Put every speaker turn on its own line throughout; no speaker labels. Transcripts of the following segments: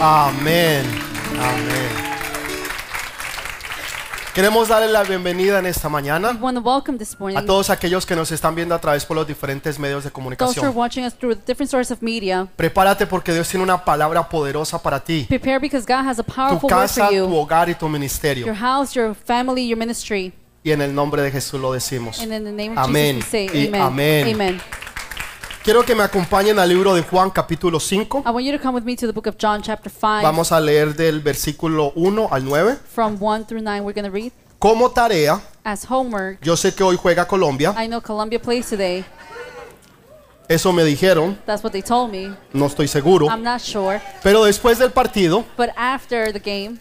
Amén. Amén. Queremos darle la bienvenida en esta
We
mañana
want to welcome this
a
morning
todos aquellos que nos están viendo a través por los diferentes medios de
those who are
comunicación.
watching us through different sources of media.
Prepárate porque Dios tiene una palabra poderosa para ti.
Prepare because God has a
Tu
powerful word
casa,
for
tu
you.
hogar y tu
Your
ministerio.
house, your family, your ministry.
Y en el nombre de Jesús lo decimos.
And in the name of
Amén.
Jesus, we
Y
say amen.
amén.
Amen.
Quiero que me acompañen al libro de Juan capítulo 5.
I want you to come with me to the book of John, chapter 5,
Vamos a leer del versículo 1 al 9.
from 1 through 9. We're going to read.
Como tarea,
As homework,
yo sé que hoy juega Colombia.
I know Colombia plays today.
Eso me dijeron,
That's what they told me.
no estoy seguro.
I'm not sure.
Pero después del partido,
But after the game,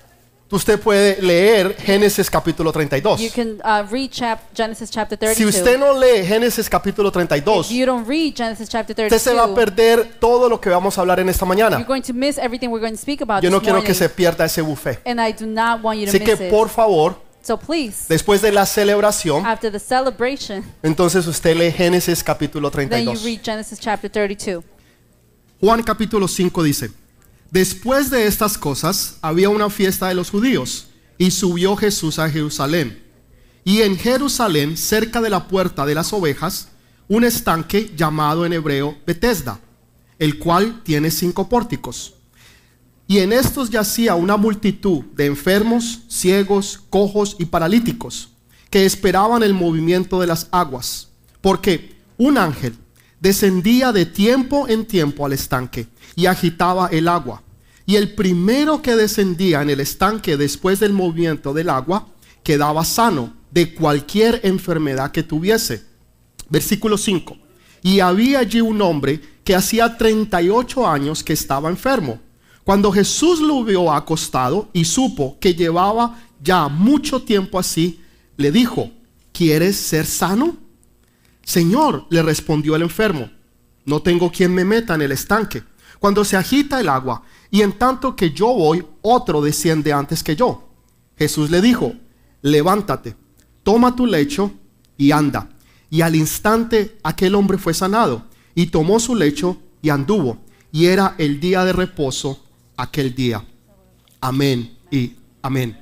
usted puede leer Génesis capítulo
you
32.
can uh, read chap- Genesis chapter
Si
32.
usted no lee Génesis capítulo
if
32,
you don't read Genesis chapter
usted
32,
se va a perder todo lo que vamos a hablar en esta
You're
mañana.
going to miss everything we're going to speak about
Yo no
this
quiero
morning,
que se pierda ese buffet.
and I do not want you to
Así que
miss it.
por favor,
So please,
después de la celebración,
after the celebration,
entonces usted lee Génesis capítulo
then you
32.
read Genesis chapter 32.
Juan capítulo 5 dice, Después de estas cosas había una fiesta de los judíos, y subió Jesús a Jerusalén. Y en Jerusalén, cerca de la puerta de las ovejas, un estanque llamado en hebreo Betesda, el cual tiene cinco pórticos. Y en estos yacía una multitud de enfermos, ciegos, cojos y paralíticos, que esperaban el movimiento de las aguas, porque un ángel descendía de tiempo en tiempo al estanque y agitaba el agua. Y el primero que descendía en el estanque después del movimiento del agua quedaba sano de cualquier enfermedad que tuviese. Versículo 5. Y había allí un hombre que hacía 38 años que estaba enfermo. Cuando Jesús lo vio acostado y supo que llevaba ya mucho tiempo así, le dijo, ¿quieres ser sano? Señor, le respondió el enfermo, no tengo quien me meta en el estanque, cuando se agita el agua, y en tanto que yo voy, otro desciende antes que yo. Jesús le dijo, levántate, toma tu lecho y anda. Y al instante aquel hombre fue sanado, y tomó su lecho y anduvo, y era el día de reposo aquel día. Amén y amén.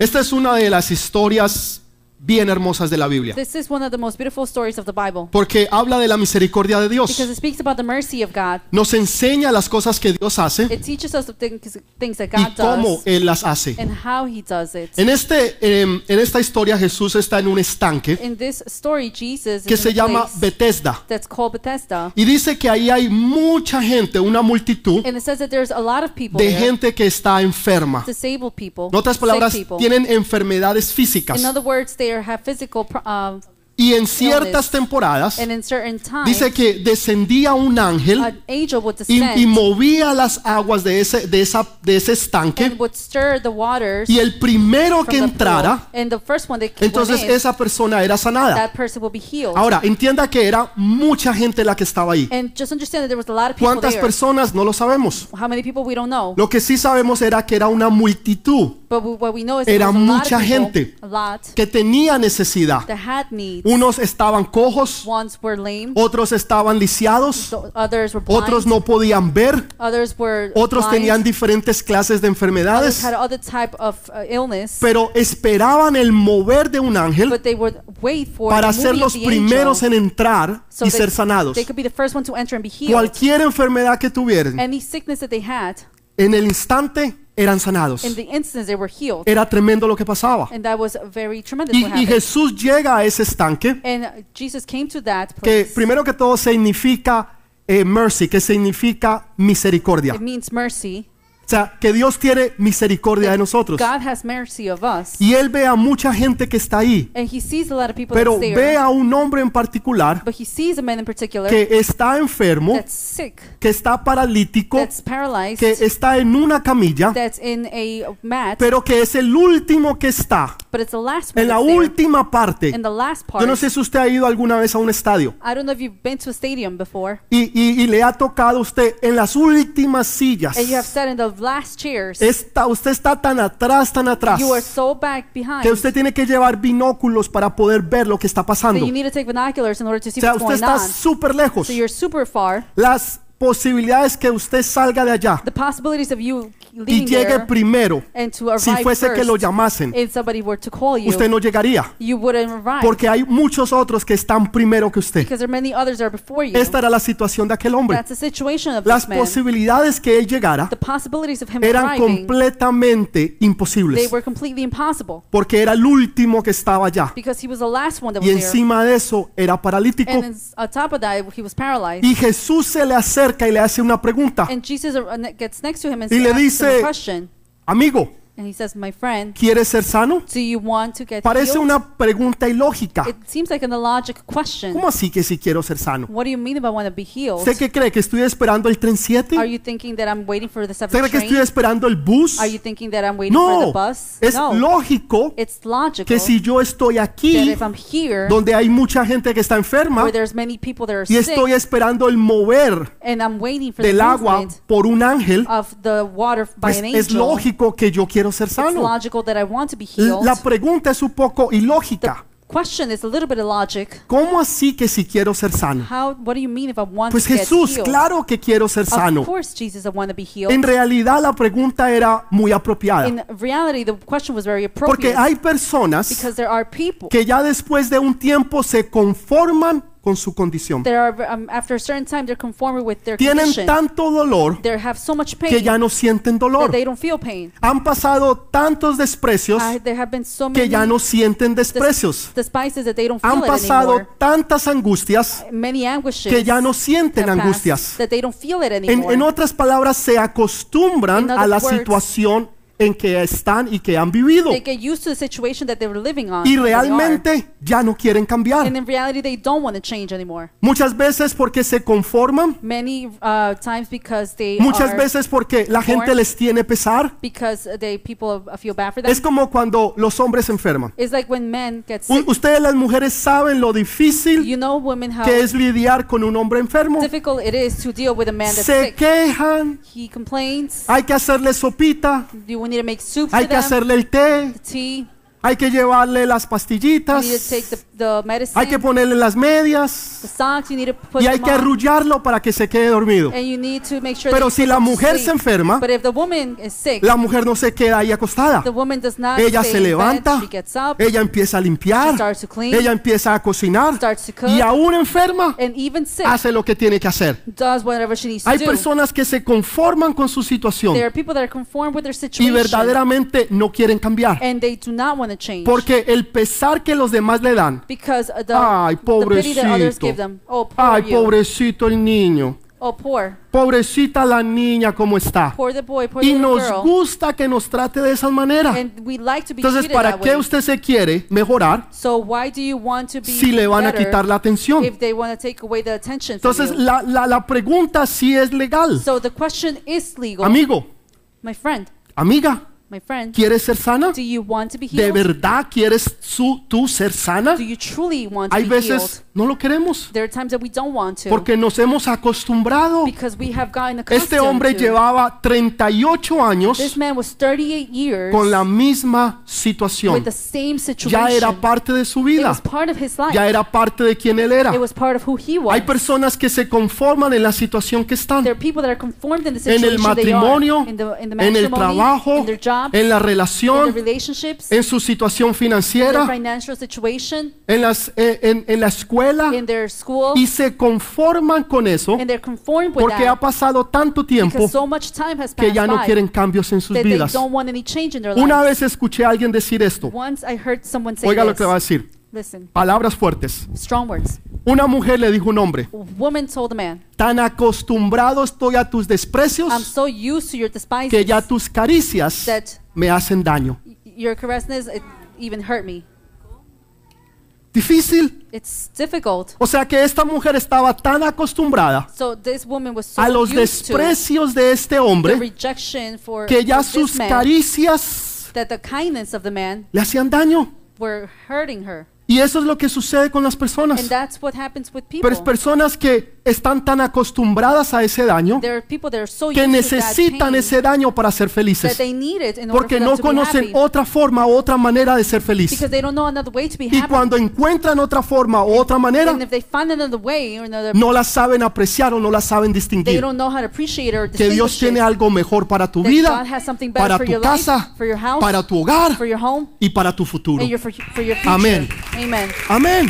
Esta es una de las historias bien hermosas de la Biblia.
This is one of the most beautiful stories of the Bible
Porque habla de la misericordia de
because
Dios.
it speaks about the mercy of God.
Nos enseña las cosas que Dios hace
It teaches us the things, things that
y
God
cómo
does
Él las hace.
and how He does it.
En, este, em, en esta historia Jesús está en un estanque
In this story, Jesus
que
is
se
in a
llama
place
Bethesda.
that's called Bethesda,
Y dice que ahí hay mucha gente, una multitud
and it says that there's a lot of people
de
there,
gente que está enferma.
disabled people,
En otras
sick
palabras,
people.
tienen enfermedades físicas.
In other words, they are- have physical pro- um,
Y en ciertas temporadas
And in certain times,
dice que descendía un ángel
an angel would
y,
descend
y movía las aguas de ese, de esa, de ese estanque.
and would stir the waters
Y el primero
from
que
the
entrara
pool. And the first one that went
Entonces
in,
esa persona era sanada.
that person will be healed.
Ahora, entienda que era mucha gente la que estaba ahí.
and just understand that there was a lot of people
¿Cuántas
there.
personas? No lo sabemos.
How many people we don't know.
Lo que sí sabemos era que era una multitud
But we- what we know is that
Era
there was a lot
mucha
of people,
gente.
a lot
que tenía necesidad.
that had needs.
Unos estaban cojos,
Ones were lame,
otros estaban lisiados,
so others were blind,
otros no podían ver,
others were
otros
blind,
tenían diferentes clases de
others
enfermedades,
had other type of uh, illness,
pero esperaban el mover de un ángel
but they would wait for
para
the moving
ser los
of the angel
primeros en entrar
so
y
they-
ser sanados.
They could be the first one to enter and be healed.
Cualquier enfermedad que tuvieran,
Any sickness that they had,
en el instante eran sanados.
in the instance they were healed.
Era tremendo lo que pasaba.
And that was very tremendous
Eh, Y,
what
y
happened.
Jesús llega a ese estanque
and Jesus came to that
que
place.
primero que todo significa eh, mercy, que significa misericordia.
it means mercy.
O sea, que Dios tiene misericordia de nosotros.
Em- God has mercy of us.
Y él ve a mucha gente que está ahí,
And he sees a lot of people
pero
that's
ve
there.
a un hombre en particular
but he sees a man in particular
que está enfermo,
Pues that's sick,
que está paralítico,
that's paralyzed,
que está en una camilla,
that's in a mat,
pero que es el último que está,
but it's the last one
en la
that's there.
última parte.
In the last part.
Yo no sé si usted ha ido alguna vez a un estadio
I don't know if you've been to a stadium before.
y, y- y le ha tocado a usted en las últimas sillas.
And you have sat in the last chairs.
Está, usted está tan atrás, tan atrás,
you are so back behind
que usted tiene que llevar binóculos para poder ver lo que está
that
pasando.
you need to take binoculars in order to
O
see
sea,
what's
usted
going
está
on.
súper lejos.
So you're super far.
Las posibilidades que usted salga de allá
The possibilities of you
y
leaving
llegue
there
primero.
and to arrive
Si fuese que lo
first,
llamasen,
if somebody were to call you,
usted no llegaría.
you wouldn't arrive
Porque hay muchos otros que están primero que usted.
because there are many others that are before you.
Esta era la situación de aquel hombre.
That's the situation of
Las
this man.
posibilidades que él llegara
The possibilities of him
eran
arriving,
completamente
they
imposibles.
were completely impossible
Porque era el último que estaba allá.
because he was the last one that
Y
was there.
encima de eso era paralítico.
And then s- on top of that, he was paralyzed.
Y Jesús se le acerca y le hace una pregunta.
And Jesus uh, ne- gets next to him and
Y le
asks him
dice-
a question.
Amigo,
And he says, my friend,
¿quieres ser sano?
do you want to get
Parece
healed?
una pregunta ilógica.
It seems like an illogic question.
¿Cómo así que si quiero ser sano?
What do you mean if I want to be healed?
¿Usted qué cree? ¿Que estoy esperando el tren 7?
Are
¿Usted
you thinking that I'm waiting for the seven
cree que estoy
train?
esperando el bus?
Are you thinking that I'm waiting for
No,
the bus?
es
no.
lógico
it's logical
que si yo estoy
that
aquí,
if I'm here,
donde hay mucha gente que está enferma,
where there's many people that are
y
sick,
estoy esperando el mover
and I'm waiting for
del
the
agua
movement
por un ángel,
of the water by
pues
an
es
angel,
lógico que yo quiero ser
it's
sano.
logical that I want to be healed.
La pregunta es un poco
the
ilógica.
question is a little bit illogic.
¿Cómo así que si quiero ser sano?
How? What do you mean if I want
Pues
to
Jesús,
get healed?
claro que quiero ser
Of
sano.
course, Jesus, I want to be healed.
En realidad la pregunta era muy apropiada.
In reality, the question was very appropriate
Porque hay personas
because there are people
que ya después de un tiempo se conforman con su condición.
that are um, after a certain time they're conformed with their
Tienen
condition.
tanto dolor
they have so much
que
pain
ya no sienten
that
dolor.
they don't feel pain.
Han pasado tantos desprecios
I- there have been so many
que ya no sienten
des-
desprecios.
despices that they don't feel
Han
it
pasado
anymore.
tantas angustias
Many anguishes
que ya no sienten
have passed
angustias.
that they don't feel it
En,
anymore.
en otras palabras, se acostumbran
In
a
other
la
words,
situación en que están y que han vivido.
they get used to the situation that they were living on.
Y
that they are.
realmente ya no quieren cambiar.
and in reality, they don't want to change anymore.
Muchas veces porque se conforman,
Many uh, times because they
muchas
are
veces porque la gente
born.
les tiene pesar.
because they people uh, feel bad for them.
Es como cuando los hombres se enferman.
It's like when men get
U-
sick.
Ustedes las mujeres saben lo difícil
You know, women how
que es lidiar con un hombre enfermo.
difficult it is to deal with a man that's
Se
sick.
quejan,
He complains.
hay que hacerle sopita,
You need to make soup for
hay que
them,
hacerle el té,
tea.
hay que llevarle las
You
pastillitas,
need to take the, the
hay que
medicine,
ponerle las medias
the socks. You need to put
y hay
them
que
on,
arrullarlo para que se quede dormido.
and you need to make sure.
Pero
that you
si
put
la
them to
mujer
sleep.
se enferma,
but if the woman is sick,
la mujer no se queda ahí acostada.
the woman does not
Ella
stay
se
in bed,
levanta,
she gets up,
ella empieza a limpiar,
She starts to clean.
ella empieza a cocinar
Starts to cook. Eh,
y aún enferma
and even sick
hace lo que tiene que hacer.
does whatever she needs to
Hay
do.
personas que se conforman con su situación
there are people that are conformed with their
y
situation,
verdaderamente no quieren cambiar
and they do not want to change
porque el pesar que los demás le dan,
because of the,
Ay,
the pity that others
pobrecito.
give them. Oh, poor
ay
you.
pobrecito el niño,
Oh, poor.
pobrecita la niña como está
Poor the boy, poor
y
the little
nos
girl.
gusta que nos trate de esa manera.
And we like to be
Entonces,
treated
¿para
that
qué
way.
usted se quiere mejorar
So why do you want to be
si le van a
better
quitar la atención?
if they want to take away the attention from
Entonces
you?
la, la, la pregunta sí es legal.
So the question is legal.
Amigo,
my friend,
amiga,
my friend,
¿quieres ser sana?
do you want to be
¿De
healed?
verdad quieres su- tú ser sana?
do you truly want to
Hay
be healed?
veces no lo queremos
There are times that we don't want to
porque nos hemos acostumbrado.
because we have gotten accustomed
Este hombre
to.
llevaba 38
This
años
man was 38 years
con la misma
with
situación.
the same situation.
Ya era parte de su
it
vida,
was part of his life.
ya era parte de quien él era.
It was part of who he was.
Hay personas que se conforman en la situación que están.
There are people that are conformed in the
En
situation
el matrimonio,
they are, in, the, in the
en el
matrimony, in
trabajo,
their job,
en la
in their
relación,
relationships,
en su situación
in their
financiera,
financial situation,
en, las, eh, en, en la escuela
in their school,
Ah. y se conforman con eso
and they're conformed with
porque ha
that
pasado tanto tiempo
because so much time has
que
passed
ya no
by
quieren cambios en sus
that they
vidas.
don't want any change in their
Una
life.
vez escuché a alguien decir esto.
Once I heard someone say
Oiga lo
this.
que le va a decir.
Listen,
Palabras fuertes.
strong words.
Una mujer le dijo a un hombre,
A woman told a man,
tan acostumbrado estoy a tus
I'm
desprecios
so used to your
que
despises
ya tus caricias
that
me hacen daño.
y- your caresses it even hurt me.
Difícil.
It's difficult.
O sea que esta mujer estaba tan acostumbrada
So this woman was so
a los
used to
desprecios de este
the
hombre
rejection for
que ya
for this
sus
man,
caricias
that the kindness of the man
le hacían daño.
were hurting her.
Y eso es lo que sucede con las personas.
And that's what happens with people.
Pero es personas que están tan acostumbradas a ese daño
There are people that are so
que
used to that
necesitan
pain
ese daño para ser
that
felices.
they need it in order
Porque
for them
no
to be
conocen
happy,
otra forma o otra manera de ser feliz.
because they don't know another way to be
Y
happy.
cuando encuentran otra forma o otra manera,
and if they find another way or another,
no la saben apreciar o no la saben
they
distinguir.
don't know how to appreciate or
Que Dios
distinguish
tiene
it.
algo mejor para tu
That
vida,
God has something better
para
for
tu
your
casa,
life, for your house,
para tu hogar
for your home,
y para tu futuro.
and your, for, for your future.
Amén.
Amen.
Amén.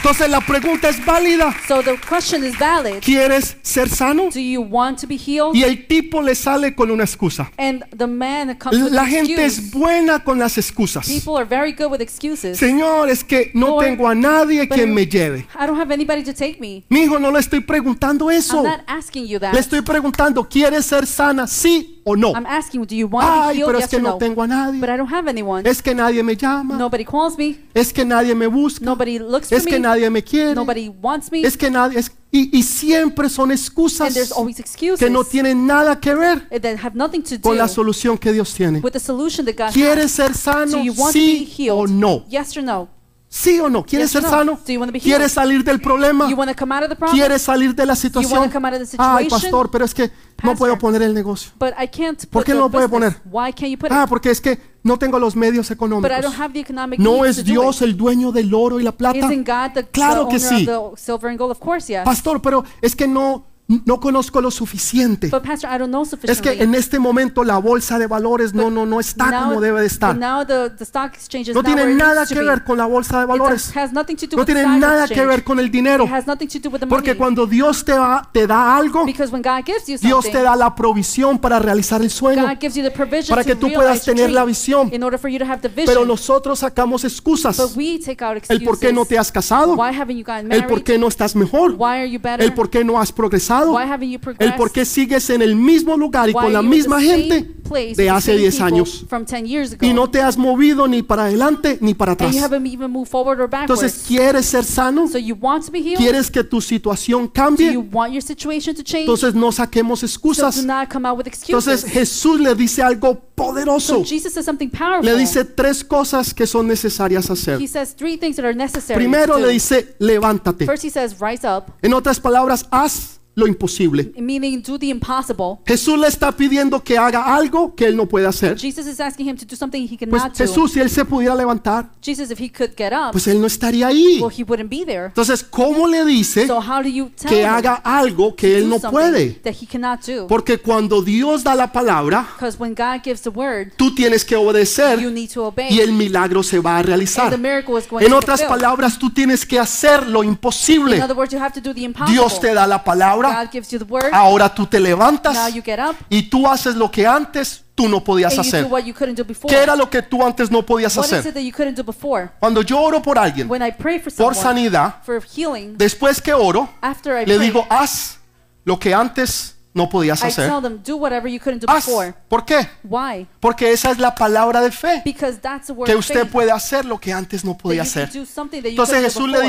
Entonces la pregunta es válida.
So the question is valid.
¿Quieres ser sano?
Do you want to be healed?
Y el tipo le sale con una excusa.
And the man comes with
La
an
gente es
excuse.
buena con las excusas.
People are very good with excuses.
Señor, es que no
Lord,
tengo a nadie
but
quien
you-
me lleve.
I don't have anybody to take me.
Mi hijo, no le estoy preguntando eso.
I'm not asking you
Le
that.
estoy preguntando, ¿quieres ser sana? ¿Sí o no?
I'm asking, do you want to be
Ay,
healed?
pero es
yes
que
or
no
no?
tengo a
But
nadie.
I don't have anyone.
Es que nadie me llama.
Nobody calls me.
Es que nadie me busca.
Nobody looks
Es
for
que
me.
nadie me quiere.
Nobody wants me.
Es que nadie. es- y, y siempre son
And
excusas
there's always excuses eh,
que no tienen nada que ver
that have nothing to
con
do
la solución que Dios tiene.
with the solution that God
¿Quieres
has.
ser
Do
sano?
you want to be
Sí o
healed?
no.
Yes or no?
¿Sí o no? ¿Quieres
Yes or
ser
no?
sano?
Do you wanna be healed?
¿Quieres salir del problema?
You want to come out of the problem?
¿Quieres salir de la situación?
come out of the
Ay,
situation?
pastor, pero es que no
Pastor.
puedo poner el negocio.
But I can't
¿Por
put
qué
the
no lo puede
business.
poner?
Why can't you put
Ah,
it?
porque es que no tengo los medios
But I don't
económicos.
have the economic
¿No
means
es
to
Dios
do
el dueño del oro y la
it.
plata?
Isn't God the,
Claro
the
que
owner
sí.
of the silver and gold? Of course, yes.
Pastor, pero es que no, no conozco lo suficiente.
But Pastor, I don't know
Es
sufficiently.
que en este momento la bolsa de valores no, no, no está
Now-
como debe de estar.
but Now the, the stock exchange is
No
not where
tiene
it
nada
needs to
que
be.
ver con la bolsa de
It
valores.
has nothing to do
No
with the
tiene
stock
nada que
exchange.
ver con el dinero.
It has nothing to do with the
Porque
money.
cuando Dios te, da- te da algo,
Because when God gives you
Dios
something,
te da la provisión para realizar el sueño.
God gives you the provision
para
to
que tú
realize
puedas
your
tener
dream
la visión.
In order for you to have the vision.
Pero nosotros sacamos
but
excusas.
we take out
El
excuses.
por qué no te has casado.
Why haven't you gotten
El
married?
por qué no estás mejor.
Why are you better?
El por qué no has progresado.
Why haven't you progressed?
El por qué sigues en el mismo lugar y
Why
con la
are you in the
misma
same
gente
place
de
with the
hace
same
10
people
años.
From 10 years ago.
Y no te has movido ni para adelante ni para
and
atrás.
you haven't even moved forward or backwards.
Entonces, ¿quieres ser sano?
so you want to be healed?
¿Quieres que tu situación
Do you
cambie?
want your situation to change?
Entonces no saquemos
so do
excusas.
not come out with
Entonces
excuses.
Jesús le dice algo
so
poderoso.
Jesus says something powerful.
Le dice tres cosas que son necesarias hacer.
he says three things that are necessary.
Primero
to do.
le dice, levántate.
First he says rise up,
En otras palabras, haz lo imposible.
meaning do the impossible.
Jesús le está pidiendo que haga algo que él no puede hacer.
Jesus is asking him to do something he
Pues
cannot do.
Jesús, si él se pudiera levantar,
Jesus, if he could get up,
pues él no estaría ahí.
well, he wouldn't be there.
Entonces, ¿cómo le dice
So how do you tell
que
him
haga algo
to
que él
do
no
something
puede?
that he cannot do?
Porque cuando Dios da la palabra,
Because when God gives the word,
tú tienes que
you
obedecer
need to obey.
y el milagro se va a
and the
realizar.
miracle is going
En
to
otras
fulfill.
palabras, tú tienes que hacer lo
In
imposible.
other words, you have to do the impossible.
Dios te da Ah, la palabra,
God gives you the word.
ahora tú te
Now
levantas
you get up
y tú haces lo que antes tú no podías
and you do
hacer.
what you couldn't do before.
¿Qué era lo que tú antes no podías
What is
hacer?
it that you couldn't do before?
Cuando yo oro por alguien,
When I pray for
por
someone
sanidad,
for healing,
después que oro,
after I
le
pray,
digo, haz lo que antes no podías
I
hacer.
tell them do whatever you couldn't do
Haz.
before.
¿Por qué?
Why?
Porque esa es la palabra de fe,
Because that's the word
que
of
usted
faith,
puede hacer lo que antes no
that
podía
you can
hacer.
do something that you
Entonces
couldn't do
Jesús le
before.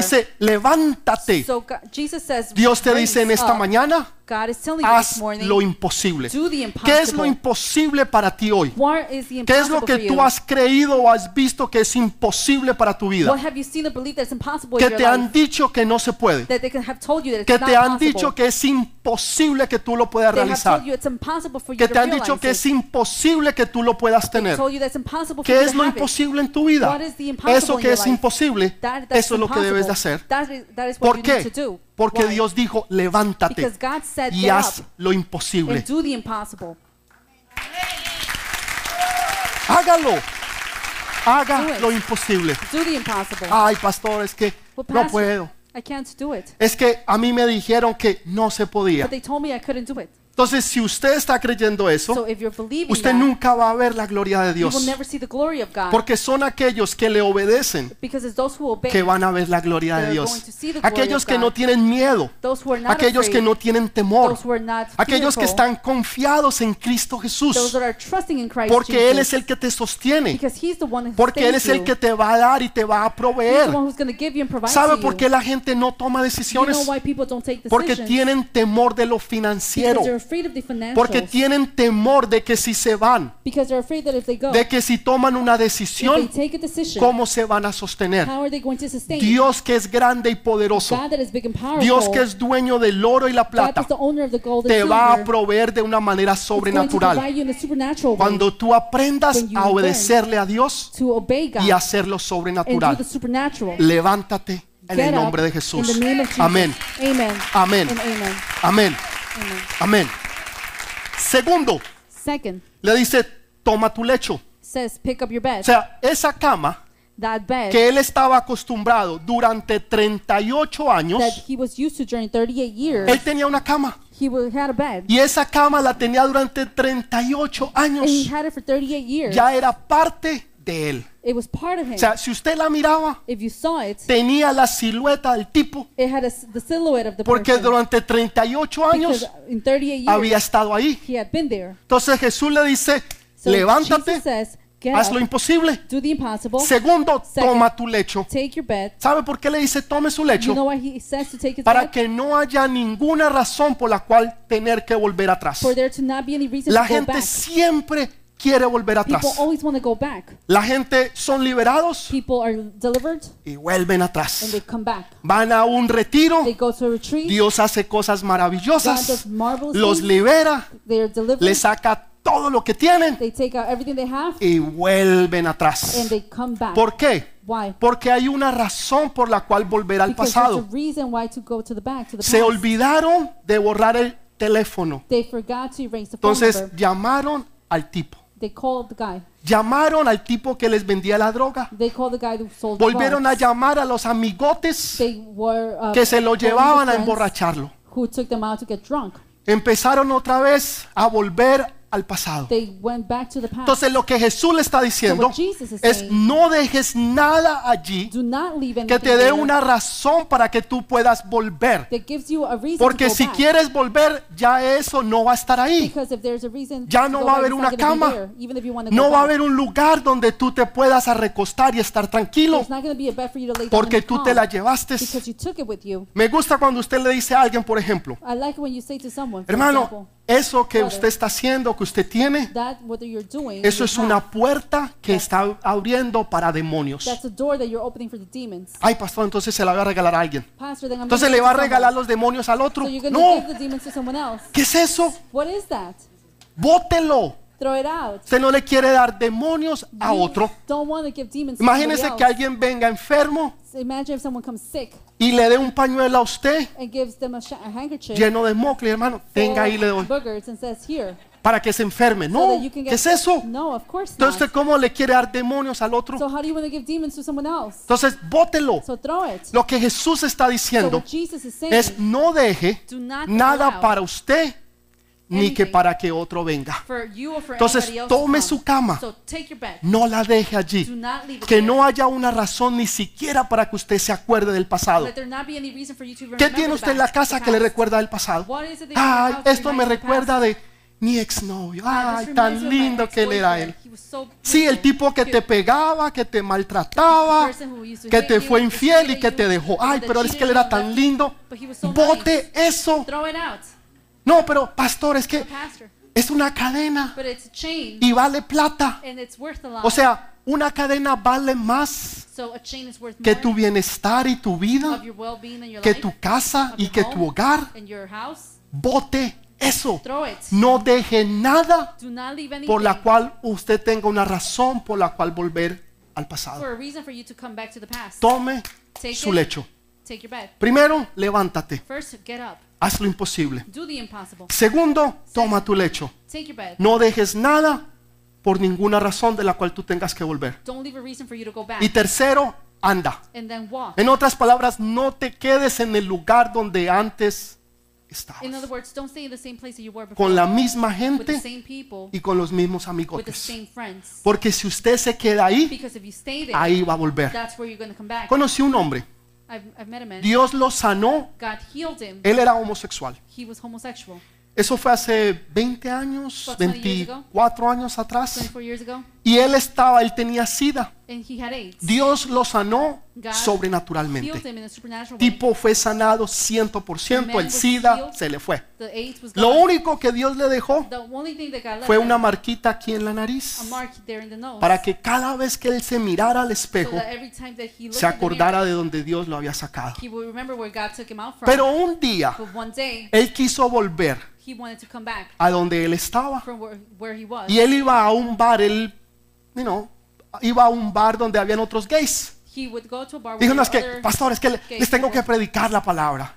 dice, levántate.
So God- Jesus says,
Dios te dice en
"Raise
esta
up."
mañana,
God is telling you Oh. this
haz
morning,
lo imposible.
do the
¿Qué es lo
impossible.
imposible para ti hoy?
What is the
¿Qué es lo
impossible
que
for
tú
you?
has creído o has visto que es imposible para tu vida?
What have you seen and believed that's impossible
Que
in your
te han
life?
dicho que no se puede.
That they can have told you that it's
Que
not
te han
possible.
dicho que es imposible que tú lo puedas
they have told
realizar.
you it's impossible for you
Que
to
te han
realize
dicho que
it.
es imposible que tú lo puedas
They
tener.
told you that's impossible for
¿Qué
you
es
to
lo
have it.
imposible en tu vida?
What is the impossible
Eso
in
que
your
es
life?
imposible,
That- that's
eso es lo que debes de
impossible.
hacer.
That is, that is what
¿Por
you need to
qué?
do.
Porque
Why?
Dios dijo, levántate
Because God said,
y
"Get
haz
up
lo imposible.
and do the impossible.
Hágalo.
Do
Haga
it.
lo imposible.
Do the impossible.
Ay, pastor, es que
Well,
Ah, no
Pastor,
puedo.
I can't do it.
Es que a mí me dijeron que no se podía.
But they told me I couldn't do it.
Entonces, si usted está creyendo
so
eso,
if you're believing
usted
that,
nunca va a ver la gloria de
you
Dios.
will never see the glory of God.
Porque son aquellos que le obedecen
because it's those who obey,
que van a ver la gloria de
They're
Dios.
going to see the glory
Aquellos
of
que
God.
no tienen miedo.
those who are not
Aquellos que
afraid,
no tienen temor.
those who are not
Aquellos que
fearful,
están confiados en Cristo
those
Jesús.
that are trusting in Christ
Porque
Jesus.
Él es el que te sostiene.
because he's the one who
Porque Él
sustains
es el
you.
que te va a dar y te va a
He's
proveer.
the one who's going to give you and provide
¿Sabe
to
por
you.
qué la gente no toma
You
decisiones?
know why people don't take decisions?
Porque tienen temor de lo
Because
financiero.
they're afraid of the
porque
financials
tienen temor de que si se van,
because they're afraid that if they go,
de que si toman una
if they
decisión,
take a decision,
¿cómo se van a sostener?
how are they going to sustain?
Dios que es grande y poderoso,
God that is big and powerful,
Dios que es dueño del oro y la
God
plata,
that's the owner of the gold and
te va a
silver,
proveer de una manera
is going to
sobrenatural.
provide you in a supernatural way
Cuando tú aprendas
When you
a
learn
obedecerle a Dios
to obey God
y hacerlo
and do the
sobrenatural,
supernatural.
levántate en
Get
el
up
nombre de
in
Jesús.
the name of Jesus.
Amén,
Amen.
Amén.
And amen.
amén,
Amen.
amén. Segundo,
Second
le dice, toma tu lecho.
says, pick up your bed.
O sea, esa cama
that bed
que él estaba acostumbrado durante 38 años,
that he was used to during 38 years,
él tenía una cama.
he wa- had a bed.
Y esa cama la tenía durante 38
And he
años.
had it for 38 years.
Ya era parte de él.
It was part of him.
O sea, si usted la miraba,
if you saw it,
tenía la silueta del tipo.
it had a s the silhouette of the
Porque
person.
durante 38
because
años
in 38 years,
había estado ahí.
he had been there.
Entonces Jesús le dice,
So
levántate,
Jesus says, get
haz lo
up,
imposible.
do the impossible,
Segundo,
Second.
toma tu lecho.
take your bed.
¿Sabe por qué le dice tome su
You
lecho?
know why he says to take his
Para
bed?
que no haya ninguna razón por la cual tener que volver atrás.
For there to not be any reason
La
to go
gente
back. oh,
siempre quiere volver atrás.
People always want to go back.
La gente son liberados
People are delivered
y vuelven
and
atrás.
they come back.
Van a un retiro.
They go to a retreat.
Dios hace cosas
God does
maravillosas.
marvelous
Los
things.
libera.
They are delivered.
Les saca todo lo que tienen
They take out everything they have
y vuelven atrás.
and they come back.
¿Por qué?
Why?
Porque hay una razón por la cual volver al
Because there's a
pasado.
reason why to go to the back, to the
Se
past.
olvidaron de borrar el teléfono.
They forgot to erase the phone
Entonces
number.
llamaron al tipo.
They called the guy.
Llamaron al tipo que les vendía la droga.
They called the guy who sold
Volvieron a
drugs.
llamar a los amigotes
They were uh,
que se lo
calling the
llevaban a
friends
emborracharlo.
Who took them out to get drunk.
Empezaron otra vez a volver al pasado.
They went back to the past.
Entonces lo que Jesús le está diciendo es no dejes nada allí
Do not leave
que
anything
te dé
there
una razón para que tú puedas volver.
that gives you a reason to
Porque
go
si
back.
quieres volver, ya eso no va a estar ahí.
Because if there's a reason
Ya
to
no
go
va a
back,
haber
it's
una
not gonna be
cama.
there, even if you wanna
No
go
va a
back.
haber un lugar donde tú te puedas recostar y estar tranquilo
There's not gonna be a bed for you to lay down
porque
and
tú
calm
te la llevaste.
Because you took it with you.
Me gusta cuando usted le dice a alguien, por ejemplo,
I like when you say to someone, for
hermano,
example,
eso que usted está haciendo, que usted tiene,
that what you're doing,
eso
your
es
path,
una puerta que está abriendo para demonios.
that's a door that you're opening for the demons.
Ay, pastor, entonces se la voy a regalar a alguien.
Pastor, then I'm gonna
Entonces
give
le va a
it to
regalar
someone.
los demonios al otro.
So you're gonna
No,
give the demons to someone else.
¿qué es eso?
What is that?
Bótelo.
Throw it out.
Usted no le quiere dar demonios a
You
otro.
Don't want to give demons to
Imagínese
somebody
que
else.
alguien venga enfermo
Imagine if someone comes sick
y le dé un pañuelo a usted
and gives them a, sh- a handkerchief
lleno de mocles, hermano. Tenga ahí
full
le
of
doy
boogers and says here.
para que se enferme.
so
No,
that you can
¿qué
get,
es eso?
No, of course not.
Entonces, ¿cómo le quiere dar demonios al otro?
so how do you want to give demons to someone else?
Entonces, bótelo.
So throw it.
Lo que Jesús está
so
diciendo
what Jesus is saying
es no deje
Do not
nada
allow
para usted ni que
anything
para que otro venga.
for you or for
Entonces,
anybody else
tome
to come.
su cama.
So take your bed.
No la deje
Do
allí.
not leave it
Que
there.
no haya una razón ni siquiera para que usted se acuerde del pasado.
Let there not be any reason for you to
¿Qué
remember
tiene
the
usted en la
past,
casa
the
que le
past.
recuerda el pasado?
What is it that you
Ay,
have to
esto me
remind you of the past?
recuerda de mi exnovio.
Ah,
Ay,
this reminds me
tan
of my
lindo que él era él.
ex-boyfriend. He was so
Sí, el
beautiful,
tipo que te
cute.
pegaba, que te maltrataba, que te fue infiel y que te dejó. Ay, pero es que él era tan lindo. Bote eso.
Throw it out.
No, pero pastor, es que
But pastor,
es una cadena
but it's a chain
y vale plata.
and it's worth a lot.
O sea, una cadena vale más
so a chain is worth
que
more
tu bienestar y tu vida,
of your well-being and your
que
life,
tu casa
of
y
your
que
home
tu hogar.
and your house.
Bote eso.
Throw it.
No deje nada
Do not leave anything
por la cual usted tenga una razón por la cual volver al pasado.
for a reason for you to come back to the past.
Tome
Take
su
it.
lecho.
Take your bed.
Primero, levántate.
First, get up.
Haz lo imposible.
Do the impossible.
Segundo, toma tu lecho.
Take your bed.
No dejes nada por ninguna razón de la cual tú tengas que volver.
Don't leave a reason for you to go back.
Y tercero, anda.
and then walk.
En otras palabras, no te quedes en el lugar donde antes
In other
estabas.
words, don't stay in the same place that you were before.
Con la misma
with the
gente
same people,
y con los mismos
with the
amigotes.
same friends.
Porque si usted se queda ahí,
Because if you stay there,
ahí va a volver.
that's where you're going to come back.
Conocí un hombre.
I've, I've met a man.
Dios Eh. lo sanó.
God healed him.
Él era homosexual.
He was homosexual
Eso fue hace 20 años, 24 años atrás.
24 years ago.
Y él estaba, él tenía sida.
and he had AIDS.
Dios lo sanó
God Healed
sobrenaturalmente.
him in a supernatural way.
Tipo fue sanado 100%, el sida se le fue.
The AIDS was
Lo
gone.
único que Dios le dejó
The only thing that God left
fue una
him,
marquita aquí en la nariz
a mark there in the nose.
para que cada vez que él se mirara al
so
espejo
that every time that
se
he looked in the mirror,
acordara de donde Dios lo había sacado.
he would remember where God took him out from.
Pero un día
but one day
él quiso volver
he wanted to come back
a donde él estaba
from where, where he was.
y él iba a un bar, él, you know, iba a un bar donde habían otros gays.
He would go to a bar where
Dijo, no,
there
es que,
were other-
pastor, es que le- les tengo que predicar la palabra.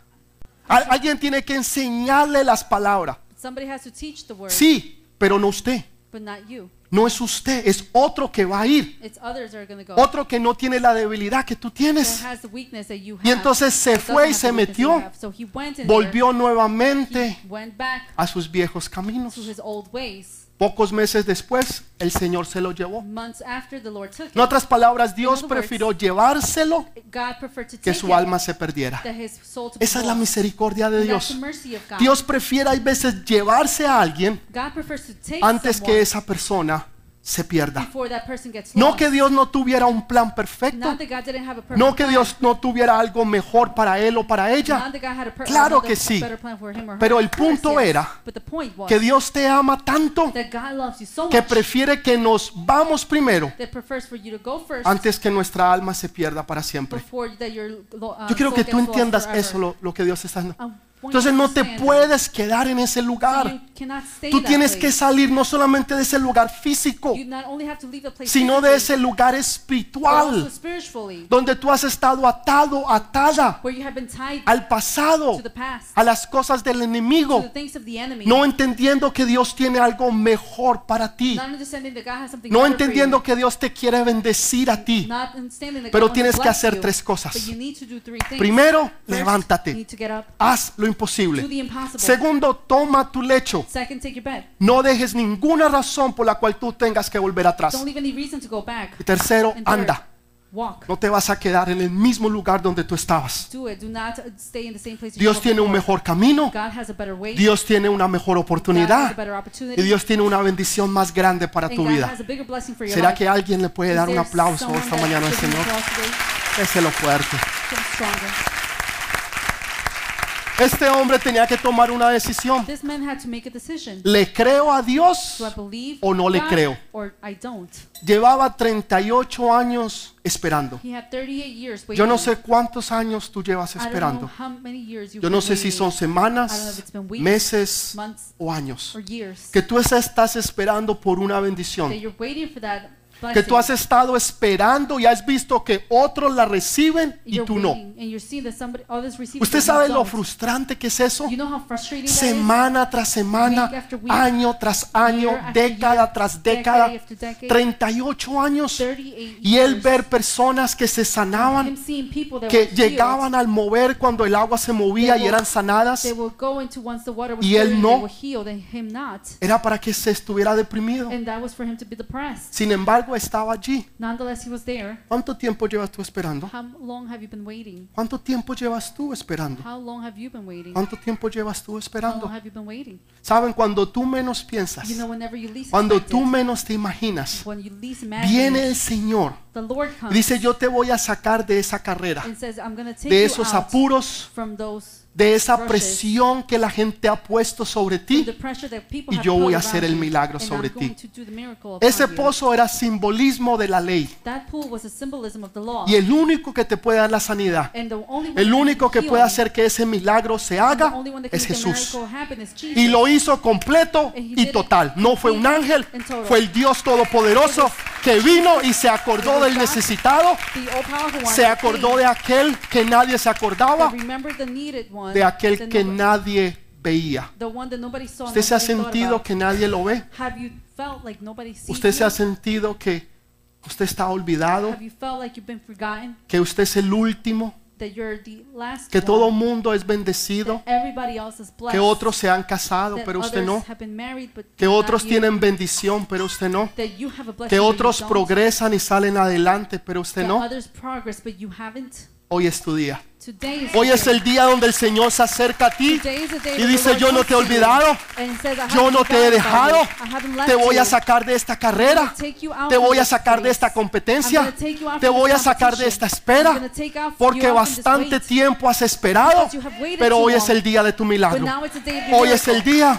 Al- alguien tiene que enseñarle las palabras.
somebody has to teach the word,
Sí, pero no usted.
but not you.
No es usted, es otro que va a ir.
It's others that are going to go.
Otro que no tiene la debilidad que tú
that
tienes.
has the weakness that you
Y
have,
entonces se
that doesn't
fue y
have
se
the weakness you
metió.
have. So he went in there,
Volvió nuevamente
he went back
a sus viejos
to
caminos.
his old ways.
Pocos meses después, el Señor se lo llevó.
Months after the Lord took
En
him,
otras palabras, Dios prefirió llevárselo
God preferred to
"Pues, que
take
su
him
alma se perdiera.
that his soul to be
Esa es la
lost.
misericordia de
And that's
Dios.
the mercy of God.
Dios prefiere, hay veces, llevarse a alguien
God prefers to take
antes que
someone
esa persona se pierda.
before that person gets
No
lost.
que Dios no tuviera un plan perfecto,
Not that God didn't have a perfect
no que
plan.
Dios no tuviera algo mejor para él o para
Not
ella,
that God had a per-
Claro
another-
que sí.
a better plan for him or her.
Pero el
Of course,
punto
yes.
era
But the point was
que Dios te ama tanto
that God loves you so
que
much
prefiere que nos vamos primero
that prefers for you to go first
antes que nuestra alma se pierda para siempre.
before that your lo- uh,
Yo quiero
soul
que
gets
tú
lost
entiendas
forever.
eso, lo, lo que Dios está haciendo.
I want you to
Entonces no te
understand
puedes quedar en ese
that. So
lugar.
you cannot stay
Tú
that
tienes que
place.
salir no solamente de ese lugar físico,
You not only have to leave the place
sino de
physically,
ese lugar
but also
espiritual,
spiritually,
donde tú has estado atado, atada
where you have been tied
al pasado,
to the past,
a las cosas del
to the
enemigo,
things of the enemy,
no entendiendo que Dios tiene algo mejor para ti,
not understanding that God has something
no
better for you.
entendiendo que Dios te quiere bendecir a ti.
Not understanding that
Pero
God wants to
tienes que
bless
hacer
you,
tres cosas.
but you need to do three things.
Primero,
First, you
levántate,
need to get up,
haz lo
do the
imposible.
impossible.
Segundo, toma tu lecho.
Second, take your bed.
No dejes ninguna razón por la cual tú tengas que volver atrás.
Don't leave any reason to go back.
Y tercero,
And third,
anda.
Walk.
No te vas a quedar en el mismo lugar donde tú estabas.
Do it. Do not uh, stay in the same place. that you
Dios
were
tiene un
before.
mejor camino.
God has a better way.
Dios tiene una mejor
God has a
oportunidad.
better
Y
opportunity.
Dios tiene una bendición más grande para
And
tu
God
vida.
has a bigger blessing for your
¿Será
life.
que alguien le puede
Is
dar un
there
aplauso
someone
esta
that
mañana al
should be
Señor?
blessed today?
Déselo fuerte.
Come stronger.
Este hombre tenía que tomar una decisión.
This man had to make a decision.
¿Le creo a Dios?
Do I believe
O no le
God
creo.
or I don't?
Llevaba 38 años esperando.
He had 38 years waiting.
Yo no sé cuántos años tú llevas
I don't know
esperando.
how many years you've
Yo no
been
sé si
waiting,
son semanas, meses
months
o años.
or years
Que tú estás esperando por una
that
bendición.
you're waiting for that
Que
blessing.
tú has estado esperando y has visto que otros la reciben y
You're
tú no.
waiting and you're seeing that somebody others receive it
¿Usted
and you
sabe lo
don't.
frustrante que es eso?
You know how frustrating that is?
Semana tras
Week
semana,
after week,
año tras año,
year after
década
year,
tras
decade
década,
after decade,
38 años.
38
Y él
years.
ver personas que se
Him
sanaban,
seeing people that
que
were healed,
llegaban al mover cuando el agua se movía y eran sanadas,
they will go into once the water was
Y él
stirred and
no.
they were healed and him not.
era para que se estuviera deprimido.
And that was for him to be depressed.
Sin embargo, estaba allí.
Nonetheless, he was there.
¿Cuánto tiempo llevas tú esperando?
How long have you been waiting?
¿Cuánto tiempo llevas tú esperando?
How long have you been waiting?
¿Cuánto tiempo llevas tú
How long
esperando?
have you been waiting?
Saben, cuando tú menos piensas,
You know, whenever you least
cuando
expect
tú
it,
menos te imaginas,
when you least imagine
viene
it,
el Señor
the Lord
y
comes
dice, yo te voy a sacar de esa carrera,
and says, "I'm going to take
de
you
esos
out
apuros,
from those
de esa presión que la gente ha puesto sobre
from the
ti.
pressure that people
Y
have
yo
put
voy a
around
hacer el
you,
milagro
and
sobre
I'm going
ti."
to do the miracle upon
Ese
you."
pozo era simbolismo de la ley
That pool was a symbolism of the law.
y el único que te puede dar la sanidad,
And the only one
el
that
único que
can
puede
heal
hacer que ese milagro se
and the
haga
only one that can
es
make the
Jesús.
miracle happen is Jesus.
Y lo hizo completo y total. No fue un ángel, fue el Dios Todopoderoso que vino y se acordó del necesitado,
The all-powerful one
se acordó de
came
aquel que nadie se acordaba,
and remembered the needed one,
de
the
aquel que
nobody-
nadie veía.
the one that nobody saw,
¿Usted se ha
nobody thought
sentido
about.
que nadie lo ve?
Have you felt like nobody sees
¿Usted se ha
you?
sentido que usted está olvidado,
Have you felt like you've been forgotten?
que usted es el último,
That you're the last
que todo
one?
mundo es bendecido,
That everybody else is blessed.
que otros se han casado,
That
pero usted
others
no,
have been married, but
que
not
otros
you.
tienen bendición, pero usted no?
That you have a blessing,
que
but you
otros
don't.
progresan y salen adelante, pero usted
That
no.
others progress, but you haven't.
hoy es tu día.
Today is
Hoy
the
es
day.
el día donde el Señor se acerca a ti
Today is the day
y
that the
dice,
Lord
yo no
comes
te he
to you."
olvidado,
And says, "I
yo
haven't
no te he
forgotten about
dejado,
you. I haven't left
te voy a
you.
sacar de esta carrera,
take you out
te
from
voy a
this
sacar de
place.
esta
I'm
competencia,
gonna take you out
te
from
voy a
this
sacar de
competition.
esta
I'm
espera,
gonna take out- you
porque
out from this
bastante
weight.
tiempo has esperado,
Because you have waited
pero
too
hoy es
long.
el día de tu
But
milagro,
now it's the day of
hoy
miracle.
es el día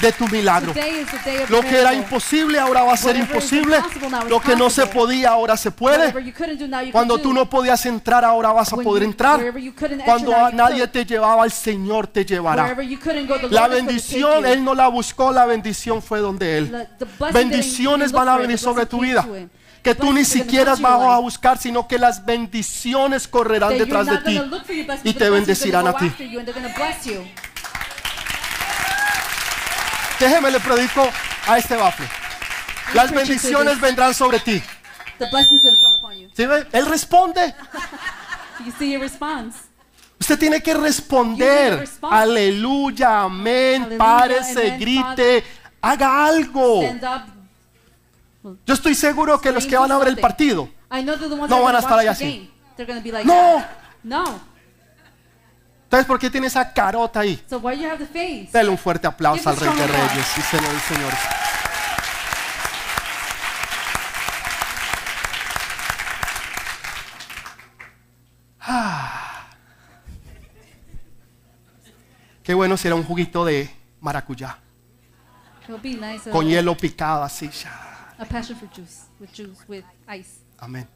de tu milagro.
Today is the day of
Lo que era
miracle.
imposible ahora va a ser
Whatever is
imposible,
impossible now is
lo que no se
possible.
podía ahora se puede.
Whatever you couldn't do now, you
Cuando
can
tú
do.
no podías entrar, ahora vas a
When
poder
you-
entrar.
wherever you couldn't enter,
Cuando
now
a
you
nadie
could.
te llevaba, el Señor te llevará.
Wherever you couldn't go,
La
the Lord is gonna take
bendición,
you.
Él no la buscó, la bendición fue donde Él.
La- the blessing
Bendiciones
that you
van a
look for,
venir
the
sobre
blessing
tu
came
vida.
to him.
Que tú ni
Blessings are gonna
siquiera
come to your
vas a
life.
buscar, sino que las bendiciones correrán
That you're
detrás de
not
ti
gonna look for your blessings,
y
but
te
the blessings are
bendecirán
gonna
a
go
ti.
after you and they're gonna bless you.
Déjeme le predico a este bafle. Las
preaching to this.
bendiciones vendrán sobre ti.
The blessings are gonna come upon you.
¿Sí ve? Él responde.
You see your response.
Usted tiene que
You need to
responder.
respond.
Aleluya, amén.
Aleluya,
Párese,
amén,
grite, haga algo.
Stand up.
Yo estoy seguro que los que van a ver el partido,
I know that the
No
ones that
van a
are
estar
gonna
allá
watch the
así.
game, they're gonna be like,
no.
no.
Entonces, ¿por qué tiene esa carota ahí?
So why do you have the face?
Dale un fuerte aplauso al
Give
Rey
us
de
some applause.
Reyes y Señor y Señores. Ah. Qué bueno si era un juguito de maracuyá,
It'll be nice. uh,
con hielo picado así. ya.
A passion fruit juice with juice with ice.
Amén.